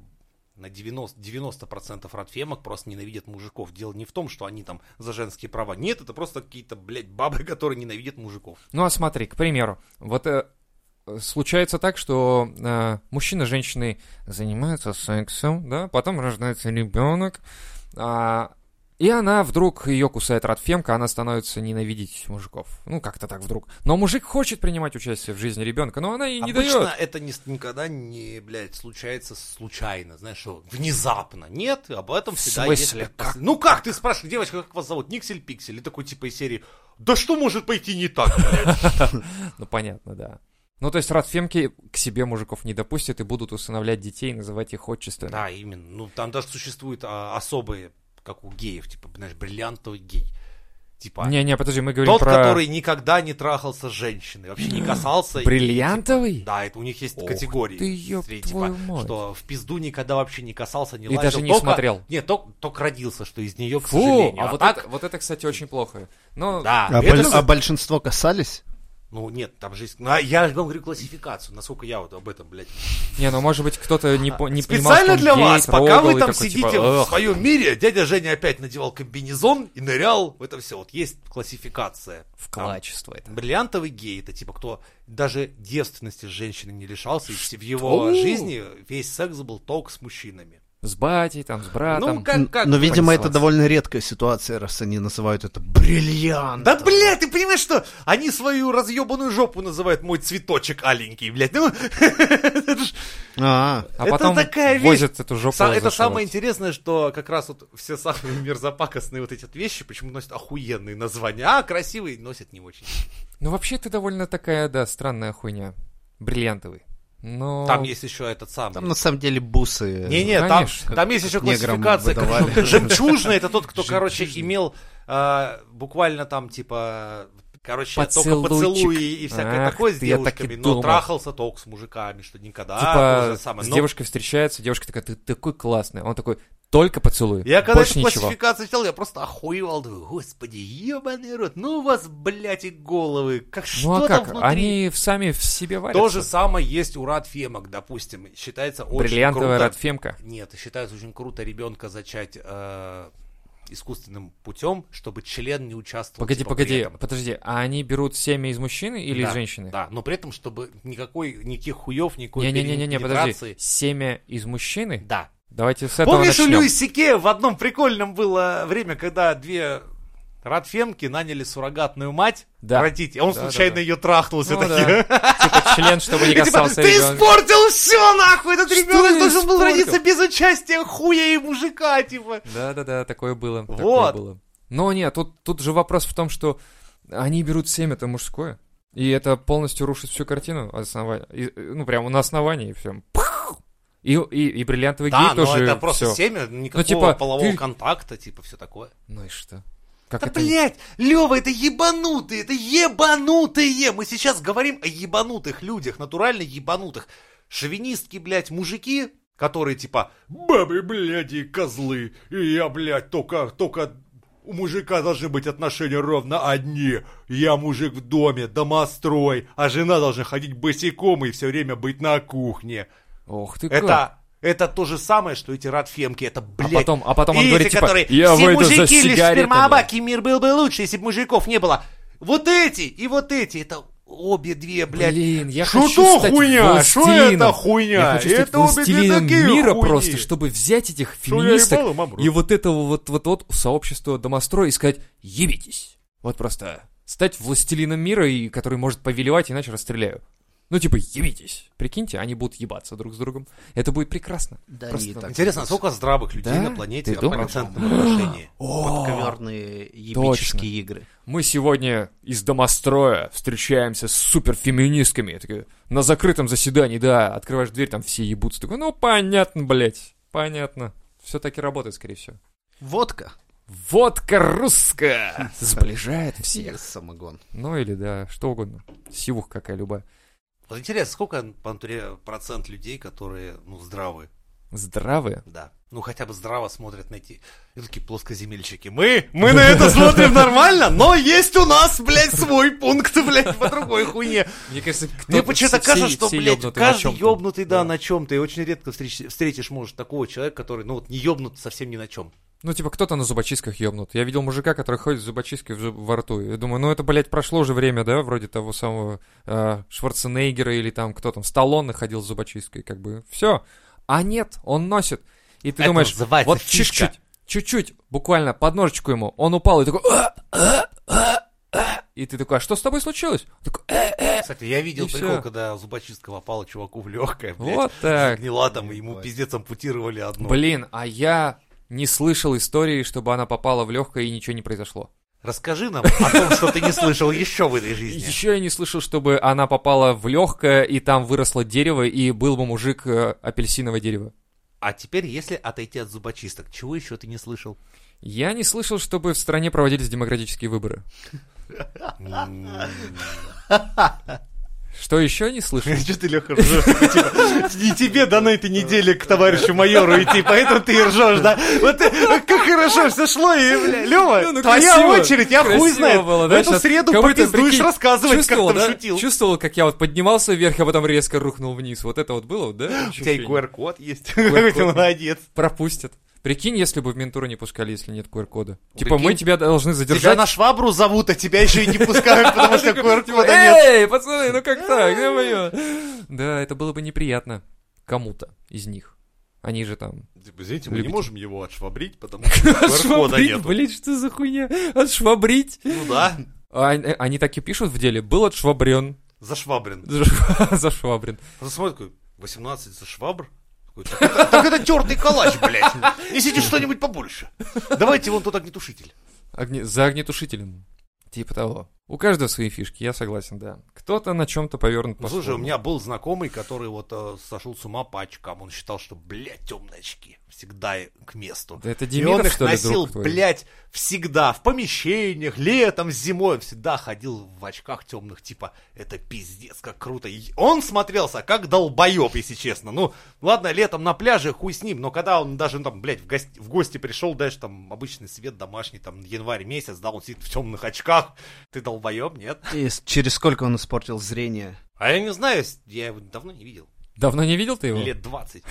Speaker 2: на 90, 90% радфемок просто ненавидят мужиков. Дело не в том, что они там за женские права. Нет, это просто какие-то, блядь, бабы, которые ненавидят мужиков.
Speaker 3: Ну а смотри, к примеру, вот э, э, случается так, что э, мужчина с женщиной занимаются сексом, да, потом рождается ребенок, а, и она вдруг ее кусает радфемка, она становится ненавидеть мужиков. Ну, как-то так вдруг. Но мужик хочет принимать участие в жизни ребенка, но она ей не
Speaker 2: Обычно
Speaker 3: дает.
Speaker 2: это не, с- никогда не, блядь, случается случайно, знаешь, что внезапно. Нет, об этом
Speaker 3: В
Speaker 2: всегда
Speaker 3: смысле?
Speaker 2: есть. предпосыл- Ну как ты спрашиваешь, девочка, как вас зовут? Никсель Пиксель. И такой типа из серии, да что может пойти не так, блядь?
Speaker 3: Ну, понятно, да. Ну, то есть радфемки к себе мужиков не допустят и будут усыновлять детей, и называть их отчествами.
Speaker 2: Да, именно. Ну, там даже существуют а, особые, как у геев, типа, знаешь, бриллиантовый гей. Типа,
Speaker 3: Не-не, подожди, мы говорим
Speaker 2: тот,
Speaker 3: про...
Speaker 2: который никогда не трахался с женщиной, вообще не касался. и,
Speaker 3: Бриллиантовый?
Speaker 2: типа, Да, это у них есть
Speaker 3: Ох
Speaker 2: категории.
Speaker 3: ты, ёб
Speaker 2: среди, типа,
Speaker 3: твою мать.
Speaker 2: Что в пизду никогда вообще не касался, не
Speaker 3: И
Speaker 2: лазил.
Speaker 3: даже не
Speaker 2: только-
Speaker 3: смотрел.
Speaker 2: Нет, только, только родился, что из нее, к
Speaker 3: Фу,
Speaker 2: сожалению.
Speaker 3: а вот
Speaker 2: так,
Speaker 3: это, вот это, кстати, очень плохо. Ну,
Speaker 2: да.
Speaker 4: А,
Speaker 2: это
Speaker 4: боль-
Speaker 2: же-
Speaker 4: а большинство касались?
Speaker 2: Ну, нет, там же есть... Ну, а я же вам говорю классификацию, насколько я вот об этом, блядь.
Speaker 3: не, ну, может быть, кто-то не, по- не понимал, что
Speaker 2: Специально
Speaker 3: он
Speaker 2: для
Speaker 3: гей,
Speaker 2: вас, пока
Speaker 3: трогал,
Speaker 2: вы
Speaker 3: и
Speaker 2: там
Speaker 3: такой,
Speaker 2: сидите
Speaker 3: типа,
Speaker 2: в
Speaker 3: «Эх».
Speaker 2: своем мире, дядя Женя опять надевал комбинезон и нырял в это все. Вот есть классификация.
Speaker 3: В
Speaker 2: Там
Speaker 3: калачество это.
Speaker 2: Бриллиантовый гей это типа кто даже девственности женщины не лишался, и в его жизни весь секс был толк с мужчинами.
Speaker 3: С батей, там, с братом.
Speaker 2: Ну, как, как.
Speaker 4: Но, видимо, это
Speaker 3: называется?
Speaker 4: довольно редкая ситуация, раз они называют это бриллиант.
Speaker 2: Да, блядь, ты понимаешь, что они свою разъебанную жопу называют мой цветочек аленький, блядь. Ну, это ж-
Speaker 4: А,
Speaker 3: а
Speaker 2: это
Speaker 3: потом
Speaker 2: такая вещь.
Speaker 3: возят эту жопу.
Speaker 2: Са- это
Speaker 3: зашивать.
Speaker 2: самое интересное, что как раз вот все самые мерзопакостные вот эти вот вещи почему носят охуенные названия, а красивые носят не очень.
Speaker 3: Ну, вообще, это довольно такая, да, странная хуйня. Бриллиантовый. Но...
Speaker 2: Там есть еще этот самый.
Speaker 4: там на самом деле бусы.
Speaker 2: Не-не,
Speaker 3: Ну,
Speaker 2: там,
Speaker 3: конечно.
Speaker 2: там есть еще
Speaker 4: Неграм
Speaker 2: классификация. как
Speaker 4: выдавали.
Speaker 2: что жемчужный это тот, кто,
Speaker 3: Жемчужный.
Speaker 2: короче, имел а, буквально там, типа, короче,
Speaker 3: Поцелуйчик.
Speaker 2: только поцелуи и всякое
Speaker 3: Ах
Speaker 2: такое с
Speaker 3: ты, я так и
Speaker 2: девушками, но
Speaker 3: думал.
Speaker 2: трахался толк с мужиками, что никогда. а, то же
Speaker 3: типа,
Speaker 2: самое. Ну.
Speaker 3: с
Speaker 2: Но
Speaker 3: девушкой встречается, девушка такая, ты такой классный. Он такой, Только поцелуй.
Speaker 2: Я когда
Speaker 3: Больше
Speaker 2: эту
Speaker 3: ничего.
Speaker 2: классификацию читал, я просто охуевал. Думаю, господи, ебаный рот, ну у вас, блядь, и головы. Как
Speaker 3: Ну
Speaker 2: что
Speaker 3: а
Speaker 2: там
Speaker 3: как?
Speaker 2: внутри?
Speaker 3: Они в- сами в себе варятся.
Speaker 2: То же самое есть у радфемок, допустим. Считается очень
Speaker 3: Бриллиантовая
Speaker 2: круто.
Speaker 3: радфемка.
Speaker 2: Нет, считается очень круто ребенка зачать э, искусственным путем, чтобы член не участвовал.
Speaker 3: Погоди,
Speaker 2: типа, при
Speaker 3: погоди,
Speaker 2: этом.
Speaker 3: подожди. А они берут семя из мужчины или
Speaker 2: да,
Speaker 3: из женщины?
Speaker 2: Да, но при этом, чтобы никакой, никаких хуев, никакой
Speaker 3: Не-не-не-не, подожди.
Speaker 2: перенетрации.
Speaker 3: Семя из мужчины?
Speaker 2: Да.
Speaker 3: Давайте с этого
Speaker 2: Помнишь, у
Speaker 3: начнем.
Speaker 2: Льюис Сике в одном прикольном было время, когда две Радфемки наняли суррогатную мать
Speaker 3: Да.
Speaker 2: родить, и он
Speaker 3: Да,
Speaker 2: случайно
Speaker 3: да, да.
Speaker 2: ее трахнул
Speaker 3: Ну
Speaker 2: все-таки.
Speaker 3: да. Типа член, чтобы не
Speaker 2: И типа,
Speaker 3: касался
Speaker 2: ты
Speaker 3: ребенка.
Speaker 2: испортил все, нахуй! Этот
Speaker 3: Что
Speaker 2: ребенок
Speaker 3: я
Speaker 2: должен был
Speaker 3: испортил?
Speaker 2: родиться без участия хуя и мужика, типа.
Speaker 3: Да-да-да, такое было. такое
Speaker 2: Вот.
Speaker 3: было. Но нет, тут, тут же вопрос в том, что они берут семя-то мужское. И это полностью рушит всю картину основания. Ну, прямо на основании все. И, и, и бриллиантовый
Speaker 2: Да,
Speaker 3: гей
Speaker 2: но
Speaker 3: тоже
Speaker 2: это просто
Speaker 3: всё.
Speaker 2: семя, никакого
Speaker 3: типа,
Speaker 2: полового
Speaker 3: ты-
Speaker 2: контакта, типа, все такое.
Speaker 3: Ну и что? Как
Speaker 2: Да,
Speaker 3: это?
Speaker 2: блядь, Лева, это ебанутые, это ебанутые. Мы сейчас говорим о ебанутых людях, натурально ебанутых. Шовинистки, блядь, мужики, которые типа «Бабы, блядь, и козлы, и я, блядь, только, только у мужика должны быть отношения ровно одни. Я мужик в доме, домострой, а жена должна ходить босиком и все время быть на кухне».
Speaker 3: Ох ты как.
Speaker 2: Это, это то же самое, что эти радфемки. Это,
Speaker 3: А
Speaker 2: блядь.
Speaker 3: потом, а потом он
Speaker 2: И
Speaker 3: говорит,
Speaker 2: эти,
Speaker 3: типа,
Speaker 2: которые,
Speaker 3: я
Speaker 2: все
Speaker 3: выйду за
Speaker 2: мужики лишь
Speaker 3: сигаретами».
Speaker 2: спермобаки, мир был бы лучше, если бы мужиков не было. Вот эти и вот эти, это обе две, блядь.
Speaker 3: Блин, я
Speaker 2: Что
Speaker 3: хочу
Speaker 2: то
Speaker 3: стать
Speaker 2: хуйня? Что это
Speaker 3: властелином.
Speaker 2: хуйня?
Speaker 3: Я хочу стать
Speaker 2: Это обе две
Speaker 3: властелином
Speaker 2: такие
Speaker 3: мира
Speaker 2: хуйни.
Speaker 3: просто, чтобы взять этих
Speaker 2: я
Speaker 3: феминисток
Speaker 2: ебала, мам,
Speaker 3: и вот этого вот, вот, вот сообщества домостроя и сказать «Ебитесь!» Вот просто стать властелином мира, и который может повелевать, иначе расстреляю. Ну типа «Ебитесь!» Прикиньте, они будут ебаться друг с другом. Это будет прекрасно.
Speaker 4: Да
Speaker 3: Просто-
Speaker 4: не так.
Speaker 2: Интересно, сколько здравых людей
Speaker 3: Да?
Speaker 2: на планете
Speaker 3: Ты думаешь?
Speaker 2: процентном отношении?
Speaker 4: Подковерные
Speaker 2: А,
Speaker 4: ебические игры.
Speaker 3: мы сегодня из домостроя встречаемся с суперфеминистками. Я такой, на закрытом заседании, да, открываешь дверь, там все ебутся. Такой, ну понятно, блядь, понятно. Все таки работает, скорее всего.
Speaker 4: Водка.
Speaker 3: Водка русская сближает всех.
Speaker 4: Yes, самогон.
Speaker 3: Ну или да, что угодно. Сивух какая любая.
Speaker 2: Вот интересно, сколько по натуре процент людей, которые, ну, здравы,
Speaker 3: Здравые.
Speaker 2: да. Ну, хотя бы здраво смотрят на эти... И такие плоскоземельщики. Мы, мы на это смотрим нормально, но есть у нас, блядь, свой пункт, блядь, по другой хуйне.
Speaker 3: Мне кажется, кто
Speaker 2: Мне почему-то кажется, что, блядь, каждый ёбнутый, да, на чем-то. И очень редко встреч- встретишь, может, такого человека, который, ну, вот не ёбнут совсем ни на чем.
Speaker 3: Ну, типа, кто-то на зубочистках ёбнут. Я видел мужика, который ходит с зубочисткой в зуб- во рту. Я думаю, ну это, блядь, прошло уже время, да, вроде того самого э, Шварценеггера или там кто там, Сталлоне ходил с зубочисткой, как бы, все. А нет, он носит. И ты
Speaker 2: Это
Speaker 3: думаешь,
Speaker 2: называется
Speaker 3: вот
Speaker 2: фишка.
Speaker 3: чуть-чуть, чуть-чуть, буквально под ножечку ему, он упал и такой... «А, а, а, а». И ты такой, а что с тобой случилось? Он такой, «Э,
Speaker 2: Кстати, я видел
Speaker 3: И
Speaker 2: прикол,
Speaker 3: всё.
Speaker 2: когда зубочистка попала чуваку в легкое, блядь.
Speaker 3: вот так.
Speaker 2: Гнила там, и ему пиздец ампутировали одну.
Speaker 3: Блин, а я не слышал истории, чтобы она попала в легкое и ничего не произошло.
Speaker 2: Расскажи нам о том, что ты не слышал еще в этой жизни.
Speaker 3: Еще я не слышал, чтобы она попала в легкое, и там выросло дерево, и был бы мужик э, апельсиновое дерево.
Speaker 2: А теперь, если отойти от зубочисток, чего еще ты не слышал?
Speaker 3: Я не слышал, чтобы в стране проводились демократические выборы. Что еще не слышал?
Speaker 2: Че ты, Леха, ржешь? Не тебе дано этой неделе к товарищу майору идти, поэтому ты и ржешь, да? Вот э, как хорошо все шло, и, бля,
Speaker 3: Ну, ну,
Speaker 2: Лева, твоя
Speaker 3: красиво,
Speaker 2: очередь, я хуй
Speaker 3: красиво
Speaker 2: знает.
Speaker 3: было,
Speaker 2: В
Speaker 3: да,
Speaker 2: эту
Speaker 3: щас
Speaker 2: среду
Speaker 3: как будто,
Speaker 2: попиздуешь
Speaker 3: прикинь,
Speaker 2: рассказывать, как
Speaker 3: чувствовал,
Speaker 2: там
Speaker 3: да?
Speaker 2: шутил.
Speaker 3: Чувствовал, как я вот поднимался вверх, а потом резко рухнул вниз. Вот это вот было, да?
Speaker 2: У тебя и
Speaker 3: ощущение?
Speaker 2: QR-код есть. Какой ты
Speaker 3: QR-код.
Speaker 2: молодец.
Speaker 3: Пропустят. Прикинь, если бы в ментуру не пускали, если нет QR-кода. Типа,
Speaker 2: Ну, Прикинь.
Speaker 3: мы тебя должны
Speaker 2: Тебя
Speaker 3: задержать.
Speaker 2: на швабру зовут, а тебя еще и не пускают, потому что QR-кода нет.
Speaker 3: Эй, пацаны, ну как так? Ё-моё. Да, это было бы неприятно кому-то из них. Они же там...
Speaker 2: Типа, Извините,
Speaker 3: мы не Любите.
Speaker 2: можем его отшвабрить, потому что QR-кода
Speaker 3: Отшвабрить, блин, что за хуйня? Отшвабрить.
Speaker 2: Ну да,
Speaker 3: А, э, Они так и пишут в деле. Был отшвабрен.
Speaker 2: зашвабрен.
Speaker 3: Зашвабрен.
Speaker 2: Он смотрит, такой, 18 за швабр? Такой, Так это- так это тертый калач, блядь. Несите что-нибудь побольше. Давайте вон тот огнетушитель.
Speaker 3: Огне- За огнетушителем. Типа того. У каждого свои фишки, я согласен, да. Кто-то на чем-то повернут
Speaker 2: Ну, слушай, у
Speaker 3: по-своему.
Speaker 2: меня был знакомый, который вот э, сошел с ума по очкам. Он считал, что, блядь, темные очки всегда и к месту.
Speaker 3: Да это
Speaker 2: и он
Speaker 3: Демидов,
Speaker 2: их
Speaker 3: что ли,
Speaker 2: носил,
Speaker 3: друг твой?
Speaker 2: блядь, всегда, в помещениях, летом, зимой. Он всегда ходил в очках темных, типа, это пиздец, как круто. И он смотрелся как долбоеб, если честно. Ну, ладно, летом на пляже, хуй с ним, но когда он даже, ну, там, блядь, в, гости, в гости пришел, дальше там обычный свет домашний, там, январь месяц, да, он сидит в темных очках. Ты долбоеб, нет?
Speaker 3: типа, э,
Speaker 4: И с- через сколько он испортил зрение?
Speaker 2: А я не знаю, я его давно не видел.
Speaker 3: Давно не видел ты его?
Speaker 2: Лет 20.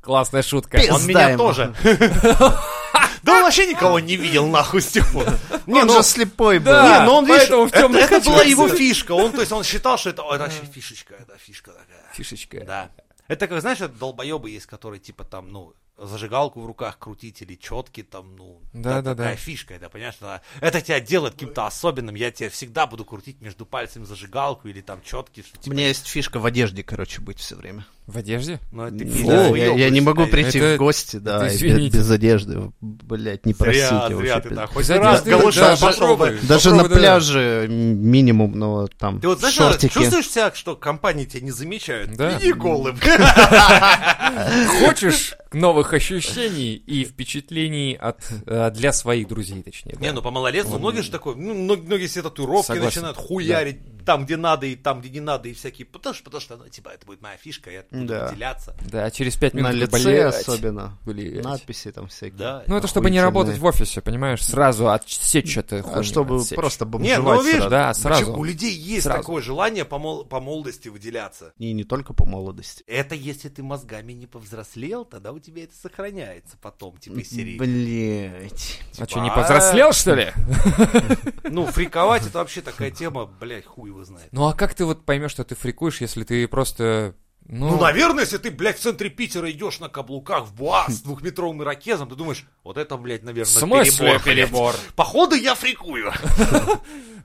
Speaker 3: Классная шутка.
Speaker 4: Пи-
Speaker 2: Он
Speaker 4: Пизда
Speaker 2: меня
Speaker 4: ему.
Speaker 2: тоже. Да он вообще никого не видел нахуй с тех пор. Не,
Speaker 4: он
Speaker 2: ну,
Speaker 4: же слепой был.
Speaker 3: Да.
Speaker 2: не, ну он, видишь,
Speaker 3: А, поэтому в
Speaker 2: это-
Speaker 3: тёмных
Speaker 2: это
Speaker 3: очках
Speaker 2: была его
Speaker 3: сидит.
Speaker 2: фишка. Он, то есть, он считал, что это «Ой, это вообще фишечка, это фишка такая.
Speaker 3: Фишечка.
Speaker 2: Да. Это как, знаешь, это долбоебы есть, которые типа там, ну, зажигалку в руках крутить или четки там, ну,
Speaker 3: Да, да,
Speaker 2: такая
Speaker 3: да.
Speaker 2: фишка, это, понимаешь, она- это тебя делает каким-то особенным, я тебе всегда буду крутить между пальцами зажигалку или там четки, что
Speaker 4: У
Speaker 2: типа,
Speaker 4: меня есть фишка в одежде, короче, быть все время.
Speaker 3: В одежде?
Speaker 2: ну, это
Speaker 4: Да,
Speaker 2: ты
Speaker 4: я, я не
Speaker 2: перезаебываешься,
Speaker 4: могу
Speaker 2: конечно.
Speaker 4: прийти
Speaker 3: Это-
Speaker 4: в гости, да,
Speaker 3: это
Speaker 4: и без,
Speaker 3: извините.
Speaker 4: без одежды. Блять, не простите
Speaker 2: Зря,
Speaker 4: вообще.
Speaker 2: зря ты
Speaker 4: пиз-
Speaker 2: так. Хоть
Speaker 3: Без
Speaker 2: раз
Speaker 3: одежды,
Speaker 2: галуша
Speaker 3: да,
Speaker 2: пошел бы.
Speaker 3: попробуй.
Speaker 4: Даже на
Speaker 3: Попробуй, да.
Speaker 4: пляже м, минимум, но там
Speaker 2: Ты вот знаешь,
Speaker 4: шортики.
Speaker 2: чувствуешь себя, что компании тебя не замечают?
Speaker 3: Да.
Speaker 2: Иди голым.
Speaker 3: Хочешь новых ощущений и впечатлений от, э, для своих друзей, точнее. да.
Speaker 2: Не, ну по малолетству многие же такое, ну, мно- многие себе татуировки
Speaker 3: Согласен.
Speaker 2: начинают хуярить там, где надо, и там, где не надо, и всякие. Потому что, потому что, ну, типа, это будет моя фишка, я буду
Speaker 4: Да.
Speaker 2: выделяться.
Speaker 3: Да, через пять минут.
Speaker 4: На лице
Speaker 3: блядь,
Speaker 4: особенно.
Speaker 3: блядь.
Speaker 4: Надписи там всякие.
Speaker 2: Да.
Speaker 3: Ну, это чтобы не
Speaker 4: Охуительные.
Speaker 3: работать в офисе, понимаешь? Сразу отсечь это.
Speaker 4: А чтобы просто
Speaker 2: Не,
Speaker 4: бомжевать
Speaker 2: ну видишь,
Speaker 4: сразу.
Speaker 3: Да,
Speaker 2: вообще
Speaker 3: сразу.
Speaker 2: у людей есть
Speaker 3: Сразу.
Speaker 2: такое желание по, мол- по молодости выделяться.
Speaker 4: И не только по молодости.
Speaker 2: Это если ты мозгами не повзрослел, тогда у тебя это сохраняется потом, типа из серии.
Speaker 4: Блять.
Speaker 3: А что, не
Speaker 2: а,
Speaker 3: повзрослел, что ли?
Speaker 2: Ну, фриковать это вообще такая тема, блядь, хуй его знает.
Speaker 3: Ну, а как ты вот поймешь, что ты фрикуешь, если ты просто...
Speaker 2: Ну, наверное, если ты, блядь, в центре Питера идешь на каблуках в Буа с двухметровым ирокезом, ты думаешь, вот это, блядь, наверное,
Speaker 3: В смысле
Speaker 2: перебор.
Speaker 3: перебор?
Speaker 2: Походу, я фрикую.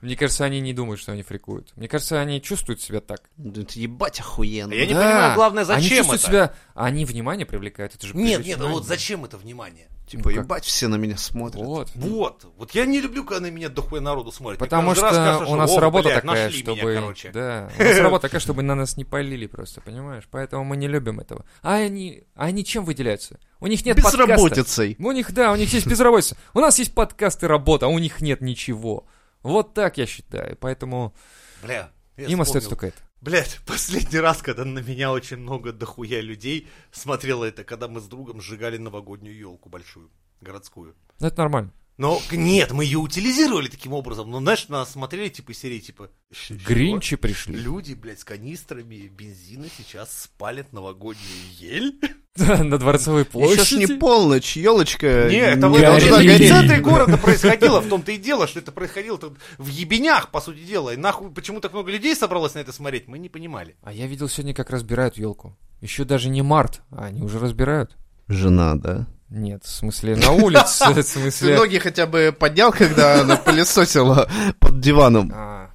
Speaker 3: Мне кажется, они не думают, что они фрикуют. Мне кажется, они чувствуют себя так.
Speaker 4: Это ебать охуенно.
Speaker 2: А Я не понимаю, главное,
Speaker 3: Они
Speaker 2: зачем
Speaker 3: чувствуют
Speaker 2: это?
Speaker 3: себя... а Они внимание привлекают. Это же
Speaker 2: Нет,
Speaker 3: привлечь
Speaker 2: нет, а
Speaker 3: внимание.
Speaker 2: вот зачем это внимание?
Speaker 4: Типа,
Speaker 3: Ну как?
Speaker 4: ебать, все на меня смотрят.
Speaker 3: Вот.
Speaker 2: Вот, вот я не люблю, когда на меня дохуя народу смотрит. Мне
Speaker 3: Потому
Speaker 2: каждый
Speaker 3: что
Speaker 2: раз кажется,
Speaker 3: у нас
Speaker 2: «О,
Speaker 3: работа
Speaker 2: блядь,
Speaker 3: такая,
Speaker 2: нашли
Speaker 3: чтобы...
Speaker 2: Меня, короче.
Speaker 3: Да, у нас работа такая, чтобы на нас не полили просто, понимаешь? Поэтому мы не любим этого. А они, а они чем выделяются? У них нет подкаста.
Speaker 4: Безработицей.
Speaker 3: У них, да, у них есть безработица. У нас есть подкасты работа, а у них нет ничего. Вот так я считаю. Поэтому
Speaker 2: Бля, я
Speaker 3: им
Speaker 2: вспомнил.
Speaker 3: остается только это.
Speaker 2: Блять, последний раз, когда на меня очень много дохуя людей смотрело это, когда мы с другом сжигали новогоднюю елку большую, городскую.
Speaker 3: Ну, это нормально.
Speaker 2: Но к- нет, мы ее утилизировали таким образом. Но знаешь, на нас смотрели типа из серии типа «Щ- чего?
Speaker 3: Гринчи пришли.
Speaker 2: Люди, блядь, с канистрами бензина сейчас спалят новогоднюю ель.
Speaker 3: Да, На Дворцовой
Speaker 4: Еще ж
Speaker 3: площади.
Speaker 4: не полночь,
Speaker 3: Э,
Speaker 4: елочка.
Speaker 2: Нет, это
Speaker 4: не
Speaker 2: в этом-
Speaker 3: горит.
Speaker 2: это
Speaker 4: должна
Speaker 2: в
Speaker 4: гореть.
Speaker 2: центре города происходило, в том-то и дело, что это происходило тут в ебенях, по сути дела. И нахуй, почему так много людей собралось на это смотреть, мы не понимали.
Speaker 3: А я видел сегодня, как разбирают елку. Еще даже не март, а они уже разбирают.
Speaker 4: Жена, да?
Speaker 3: Нет, в смысле, на улице, в
Speaker 4: Ты
Speaker 3: смысле...
Speaker 2: Ну
Speaker 4: ноги хотя бы поднял, когда она пылесосила под диваном.
Speaker 3: А,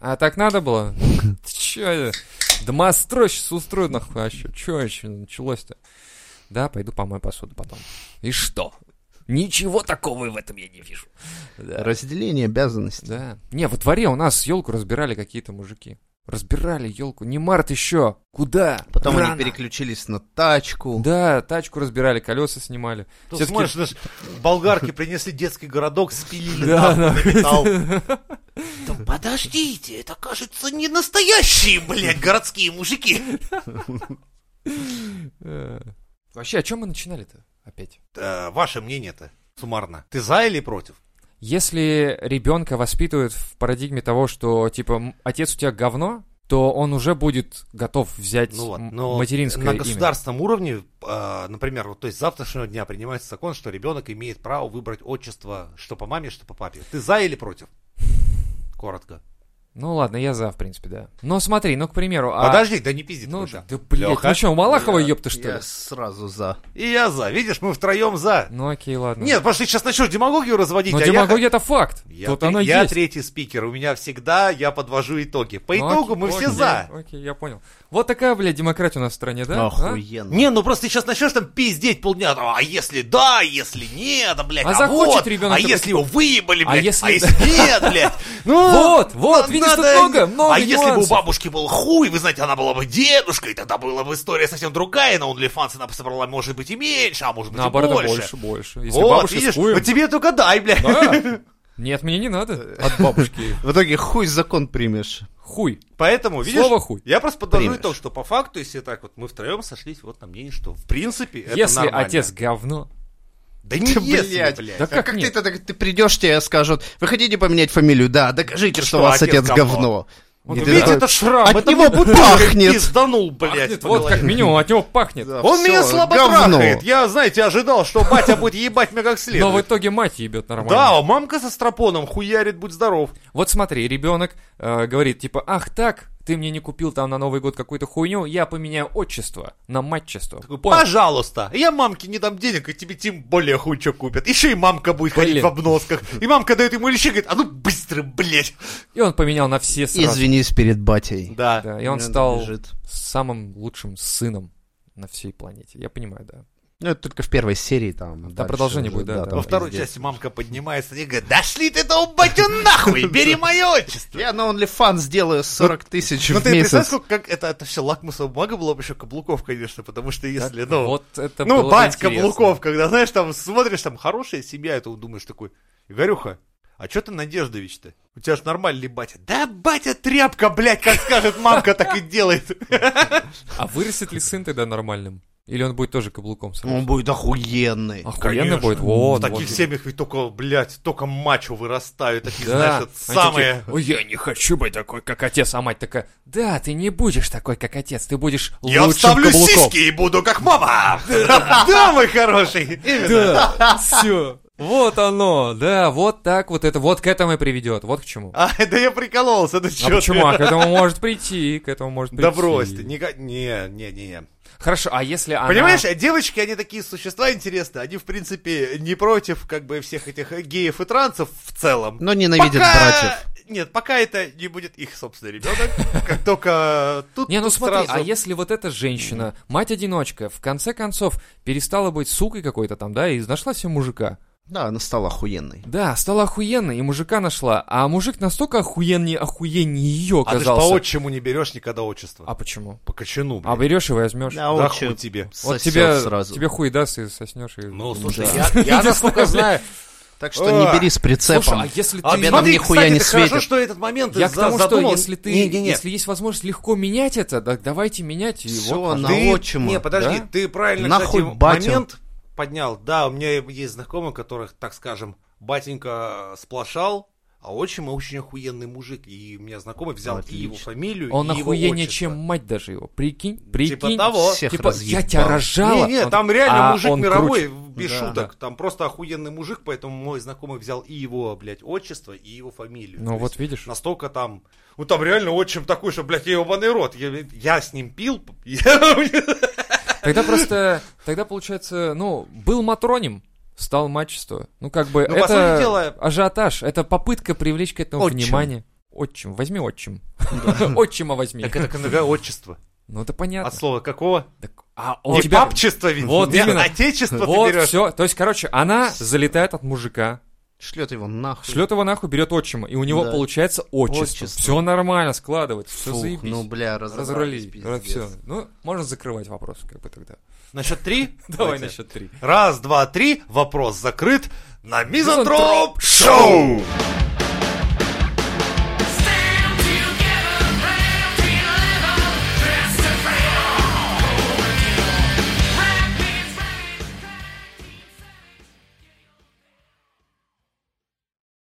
Speaker 3: а так надо было? Ты Чё э, это? Домострой сейчас устроит нахуй, а чё, чё еще началось-то? Да, пойду помою посуду потом. И что? Ничего такого в этом я не вижу. Да.
Speaker 4: Разделение обязанностей.
Speaker 3: Да. Не, во дворе у нас елку разбирали какие-то мужики. Разбирали елку. Не март еще. Куда?
Speaker 4: Потом
Speaker 3: Рано.
Speaker 4: они переключились на тачку.
Speaker 3: Да, тачку разбирали, колеса снимали.
Speaker 2: Тут
Speaker 3: Всё-таки-
Speaker 2: Ну, смотришь, знаешь, болгарки принесли детский городок, спилили
Speaker 3: Да,
Speaker 2: нахуй на металл.
Speaker 5: Да подождите, это, кажется, не настоящие, блядь, городские мужики.
Speaker 3: Э. Вообще, о чем мы начинали-то опять?
Speaker 2: Э, Ваше мнение-то, суммарно, ты за или против?
Speaker 3: Если ребенка воспитывают в парадигме того, что типа м, отец у тебя говно, то он уже будет готов взять
Speaker 2: Ну вот,
Speaker 3: м-
Speaker 2: но
Speaker 3: материнское
Speaker 2: на
Speaker 3: имя.
Speaker 2: государственном уровне, э, например, вот, то есть с завтрашнего дня принимается закон, что ребенок имеет право выбрать отчество что по маме, что по папе. Ты за или против? Коротко.
Speaker 3: Ну ладно, я за, в принципе, да. Но смотри, ну, к примеру... а-
Speaker 2: Подожди, да не пизди ты,
Speaker 3: Ну,
Speaker 2: Паша.
Speaker 3: да, блядь,
Speaker 2: Лёха,
Speaker 3: ну что, у Малахова,
Speaker 4: Я-
Speaker 3: ёпта, что
Speaker 4: я
Speaker 3: ли?
Speaker 4: сразу за.
Speaker 2: И я за. Видишь, мы втроем за.
Speaker 3: Ну окей, ладно.
Speaker 2: Нет, потому что ты сейчас начнешь демагогию разводить.
Speaker 3: но
Speaker 2: а я
Speaker 3: демагогия это факт.
Speaker 2: Я,
Speaker 3: Тут
Speaker 2: тре-
Speaker 3: она
Speaker 2: я
Speaker 3: есть.
Speaker 2: третий спикер, у меня всегда я подвожу итоги. По
Speaker 3: Ну,
Speaker 2: итогу
Speaker 3: окей,
Speaker 2: мы все
Speaker 3: окей,
Speaker 2: за.
Speaker 3: Окей, я понял. Вот такая, блядь, демократия у нас в стране, да? а?
Speaker 4: Охуенно.
Speaker 2: Не, ну просто ты сейчас начнешь там пиздеть полдня. А если да, если нет, а, блядь,
Speaker 3: А
Speaker 2: а,
Speaker 3: захочет
Speaker 2: вот,
Speaker 3: ребенок
Speaker 2: а
Speaker 3: это-
Speaker 2: если его выебали, блядь, а если,
Speaker 3: если-
Speaker 2: нет, блядь. Ну,
Speaker 3: Вот, вот,
Speaker 2: на-
Speaker 3: видишь, тут
Speaker 2: надо-
Speaker 3: много, много
Speaker 2: А если бы у
Speaker 3: нюансов.
Speaker 2: бабушки был хуй, вы знаете, она была бы дедушкой, тогда была бы история совсем другая, на OnlyFans она бы собрала, может быть, и меньше, а может быть,
Speaker 3: Наоборот,
Speaker 2: и больше.
Speaker 3: больше, больше. больше. Если
Speaker 2: Вот,
Speaker 3: бабушка с
Speaker 2: видишь,
Speaker 3: хуем-
Speaker 2: вот тебе только дай, блядь.
Speaker 3: Да. Нет, мне не надо. От бабушки.
Speaker 4: В итоге хуй закон примешь.
Speaker 3: Хуй.
Speaker 2: Поэтому, видишь,
Speaker 3: Слово хуй.
Speaker 2: я просто подвожу
Speaker 4: Примешь.
Speaker 2: итог, что по факту, если так вот мы втроем сошлись вот на мнение, что в принципе это
Speaker 3: Если
Speaker 2: нормально.
Speaker 3: отец говно.
Speaker 2: Да не если, блядь.
Speaker 3: Да
Speaker 4: Да
Speaker 3: как
Speaker 4: А как, ты
Speaker 3: нет?
Speaker 4: это так- ты придешь, тебе скажут, вы хотите поменять фамилию? Да,
Speaker 3: Ну
Speaker 4: докажите, что у вас отец говно.
Speaker 3: Вот
Speaker 4: И ты
Speaker 2: Ведь
Speaker 4: такой,
Speaker 2: это шрам,
Speaker 4: От
Speaker 2: это
Speaker 4: него
Speaker 2: мне
Speaker 4: пахнет.
Speaker 2: Пизданул, блядь.
Speaker 3: Пахнет,
Speaker 2: по
Speaker 3: вот
Speaker 2: голове.
Speaker 3: как минимум от него пахнет.
Speaker 4: «Да,
Speaker 2: Он
Speaker 4: всё,
Speaker 2: меня слабо
Speaker 4: говно».
Speaker 2: трахает. Я, знаете, ожидал, что батя будет ебать меня как следует.
Speaker 3: Но в итоге мать ебет нормально.
Speaker 2: Да, а мамка со стропоном хуярит, будь здоров.
Speaker 3: Вот смотри, ребенок э, говорит, типа, ах так, ты мне не купил там на Новый год какую-то хуйню, я поменяю отчество на матчество. Понял?
Speaker 2: Пожалуйста, я мамке не дам денег, и тебе тем более хуй что купят. Еще и мамка будет ходить
Speaker 3: Блин.
Speaker 2: в обносках. И мамка дает ему лещи, говорит, а ну быстро, блядь.
Speaker 3: И он поменял на все сразу.
Speaker 4: Извинись перед батей.
Speaker 2: Да.
Speaker 3: Да, и он
Speaker 4: Мне
Speaker 3: стал
Speaker 4: бежит.
Speaker 3: самым лучшим сыном на всей планете. Я понимаю, да.
Speaker 4: Ну, это только в первой серии там. дальше
Speaker 3: продолжение
Speaker 4: уже,
Speaker 3: будет, да, да.
Speaker 4: там
Speaker 2: Во второй
Speaker 4: пиздец.
Speaker 2: части мамка поднимается и говорит, да шли ты этого батю нахуй, бери мое отчество.
Speaker 4: Я на OnlyFans сделаю 40 тысяч
Speaker 2: Ну
Speaker 4: в
Speaker 2: ты представляешь,
Speaker 4: месяц.
Speaker 2: сколько- как это, это все лакмусовая бумага была бы еще каблуков, конечно, потому что если,
Speaker 3: Так,
Speaker 2: ну,
Speaker 3: вот это было
Speaker 2: ну,
Speaker 3: бы
Speaker 2: бать
Speaker 3: интересно.
Speaker 2: каблуков, когда, знаешь, там смотришь, там хорошая семья, и ты думаешь такой, Игорюха, а что ты Надеждович-то? У тебя ж нормальный батя. Да батя тряпка, блядь, как скажет мамка, так и делает.
Speaker 3: А вырастет ли сын тогда нормальным? Или он будет тоже каблуком сразу?
Speaker 4: Он будет охуенный.
Speaker 3: Охуенно
Speaker 2: Ну, Конечно.
Speaker 3: будет. Вот,
Speaker 2: В таких
Speaker 3: вот.
Speaker 2: семьях ведь только, блядь, только мачо вырастают, такие,
Speaker 3: Да.
Speaker 2: знаешь, вот
Speaker 3: Они
Speaker 2: самые...
Speaker 3: такие, Ой, я не хочу быть такой, как отец, а мать такая, да, ты не будешь такой, как отец, ты будешь
Speaker 2: Я
Speaker 3: лучшим
Speaker 2: вставлю
Speaker 3: каблуком».
Speaker 2: сиськи и буду как мама! Да, мой хороший!
Speaker 3: Да, все. Вот оно, да, вот так вот это, вот к этому и приведет, вот к чему.
Speaker 2: А, да я прикололся, ну
Speaker 3: А
Speaker 2: чё
Speaker 3: почему? А
Speaker 2: ты?
Speaker 3: к этому может прийти, к этому может прийти.
Speaker 2: Да брось ты, ника- не, не, не, не.
Speaker 3: Хорошо, а если она...
Speaker 2: Понимаешь, а девочки, они такие существа интересные, они, в принципе, не против, как бы, всех этих геев и трансов в целом.
Speaker 4: Но ненавидит
Speaker 2: Пока-
Speaker 4: братьев.
Speaker 2: Нет, пока это не будет их собственный ребенок, как только тут
Speaker 3: Не, ну
Speaker 2: тут
Speaker 3: смотри, а
Speaker 2: сразу-
Speaker 3: если вот эта женщина, мать-одиночка, в конце концов перестала быть сукой какой-то там, да, и нашла себе мужика.
Speaker 4: Да, она стала охуенной.
Speaker 3: Да, стала охуенной, и мужика нашла, а мужик настолько охуеннее, охуеннее ее
Speaker 2: А ты ж по
Speaker 3: оказался.
Speaker 2: отчиму не берешь никогда отчество.
Speaker 3: А почему?
Speaker 2: По кочану,
Speaker 3: А берешь и возьмешь.
Speaker 4: Да,
Speaker 2: Да
Speaker 4: отчим
Speaker 2: хуй тебе.
Speaker 3: Вот
Speaker 4: сосёт
Speaker 3: тебе,
Speaker 4: сразу.
Speaker 3: тебе хуй даст и соснешь. И...
Speaker 2: Ну, слушай,
Speaker 4: Да.
Speaker 2: я- я насколько знаю,
Speaker 4: Так что не
Speaker 2: А.
Speaker 4: бери с прицепом.
Speaker 3: Слушай, а если
Speaker 2: А
Speaker 3: ты...
Speaker 4: тебе там
Speaker 2: смотри,
Speaker 4: нихуя
Speaker 2: кстати,
Speaker 4: не
Speaker 2: это хорошо,
Speaker 4: светит.
Speaker 2: что этот момент
Speaker 3: Я
Speaker 2: за-
Speaker 3: к тому,
Speaker 2: задумал.
Speaker 3: что если ты,
Speaker 2: Не, не, не.
Speaker 3: если есть возможность легко менять это, так давайте менять. И
Speaker 4: Всё,
Speaker 3: вот,
Speaker 4: на
Speaker 2: ты...
Speaker 4: отчима.
Speaker 2: Не, подожди,
Speaker 3: А Да?
Speaker 2: ты правильно,
Speaker 4: Нахуй
Speaker 2: кстати,
Speaker 4: батя.
Speaker 2: момент поднял. Да, у меня есть знакомые, которых, так скажем, батенька сплошал, а отчим очень охуенный мужик. И у меня знакомый взял и его фамилию,
Speaker 3: Он
Speaker 2: и его
Speaker 3: охуеннее,
Speaker 2: отчество.
Speaker 3: чем мать даже его. Прикинь, прикинь.
Speaker 2: того.
Speaker 4: Всех
Speaker 3: Типа, я
Speaker 4: разъебал.
Speaker 3: тебя рожала.
Speaker 2: Не, не,
Speaker 3: Он-
Speaker 2: там реально
Speaker 3: а
Speaker 2: мужик
Speaker 3: он
Speaker 2: мировой,
Speaker 3: круче.
Speaker 2: без
Speaker 4: Да.
Speaker 2: шуток. Там просто охуенный мужик, поэтому мой знакомый взял и его, блядь, отчество, и его фамилию.
Speaker 3: Ну
Speaker 2: То
Speaker 3: вот
Speaker 2: есть
Speaker 3: видишь.
Speaker 2: Настолько там... Ну там реально отчим такой, что, блядь, я ебаный рот. Я, я с ним пил. я-
Speaker 3: Тогда просто, тогда получается, ну, был матроним, стал мачество. Ну, как бы,
Speaker 2: Ну, по
Speaker 3: это
Speaker 2: сути дела-
Speaker 3: ажиотаж, это попытка привлечь к этому
Speaker 4: Отчим.
Speaker 3: внимание. Отчим, возьми отчим. Отчима возьми.
Speaker 2: Так это конога отчество.
Speaker 3: Ну, это понятно.
Speaker 2: От слова какого?
Speaker 3: Так, А
Speaker 2: Не
Speaker 3: у тебя...
Speaker 2: папчество, ведь.
Speaker 3: Вот
Speaker 2: не
Speaker 3: именно.
Speaker 2: отечество ты
Speaker 3: Вот,
Speaker 2: берешь.
Speaker 3: все. То есть, короче, она залетает от мужика,
Speaker 4: Шлет его нахуй.
Speaker 3: шлет его нахуй, берет отчима, и у него
Speaker 4: Да.
Speaker 3: получается отчество.
Speaker 4: Отчество.
Speaker 3: Все нормально складывается, все
Speaker 4: Фух,
Speaker 3: заебись.
Speaker 4: ну, бля, разобрались,
Speaker 3: Разрулили,
Speaker 4: пиздец.
Speaker 3: все. Ну, можно закрывать вопрос, как бы тогда.
Speaker 2: На счет три?
Speaker 3: Давай
Speaker 2: Давайте.
Speaker 3: на счет три.
Speaker 2: Раз, два, три. Вопрос закрыт. На Мизантроп
Speaker 3: Мизантроп
Speaker 2: Шоу!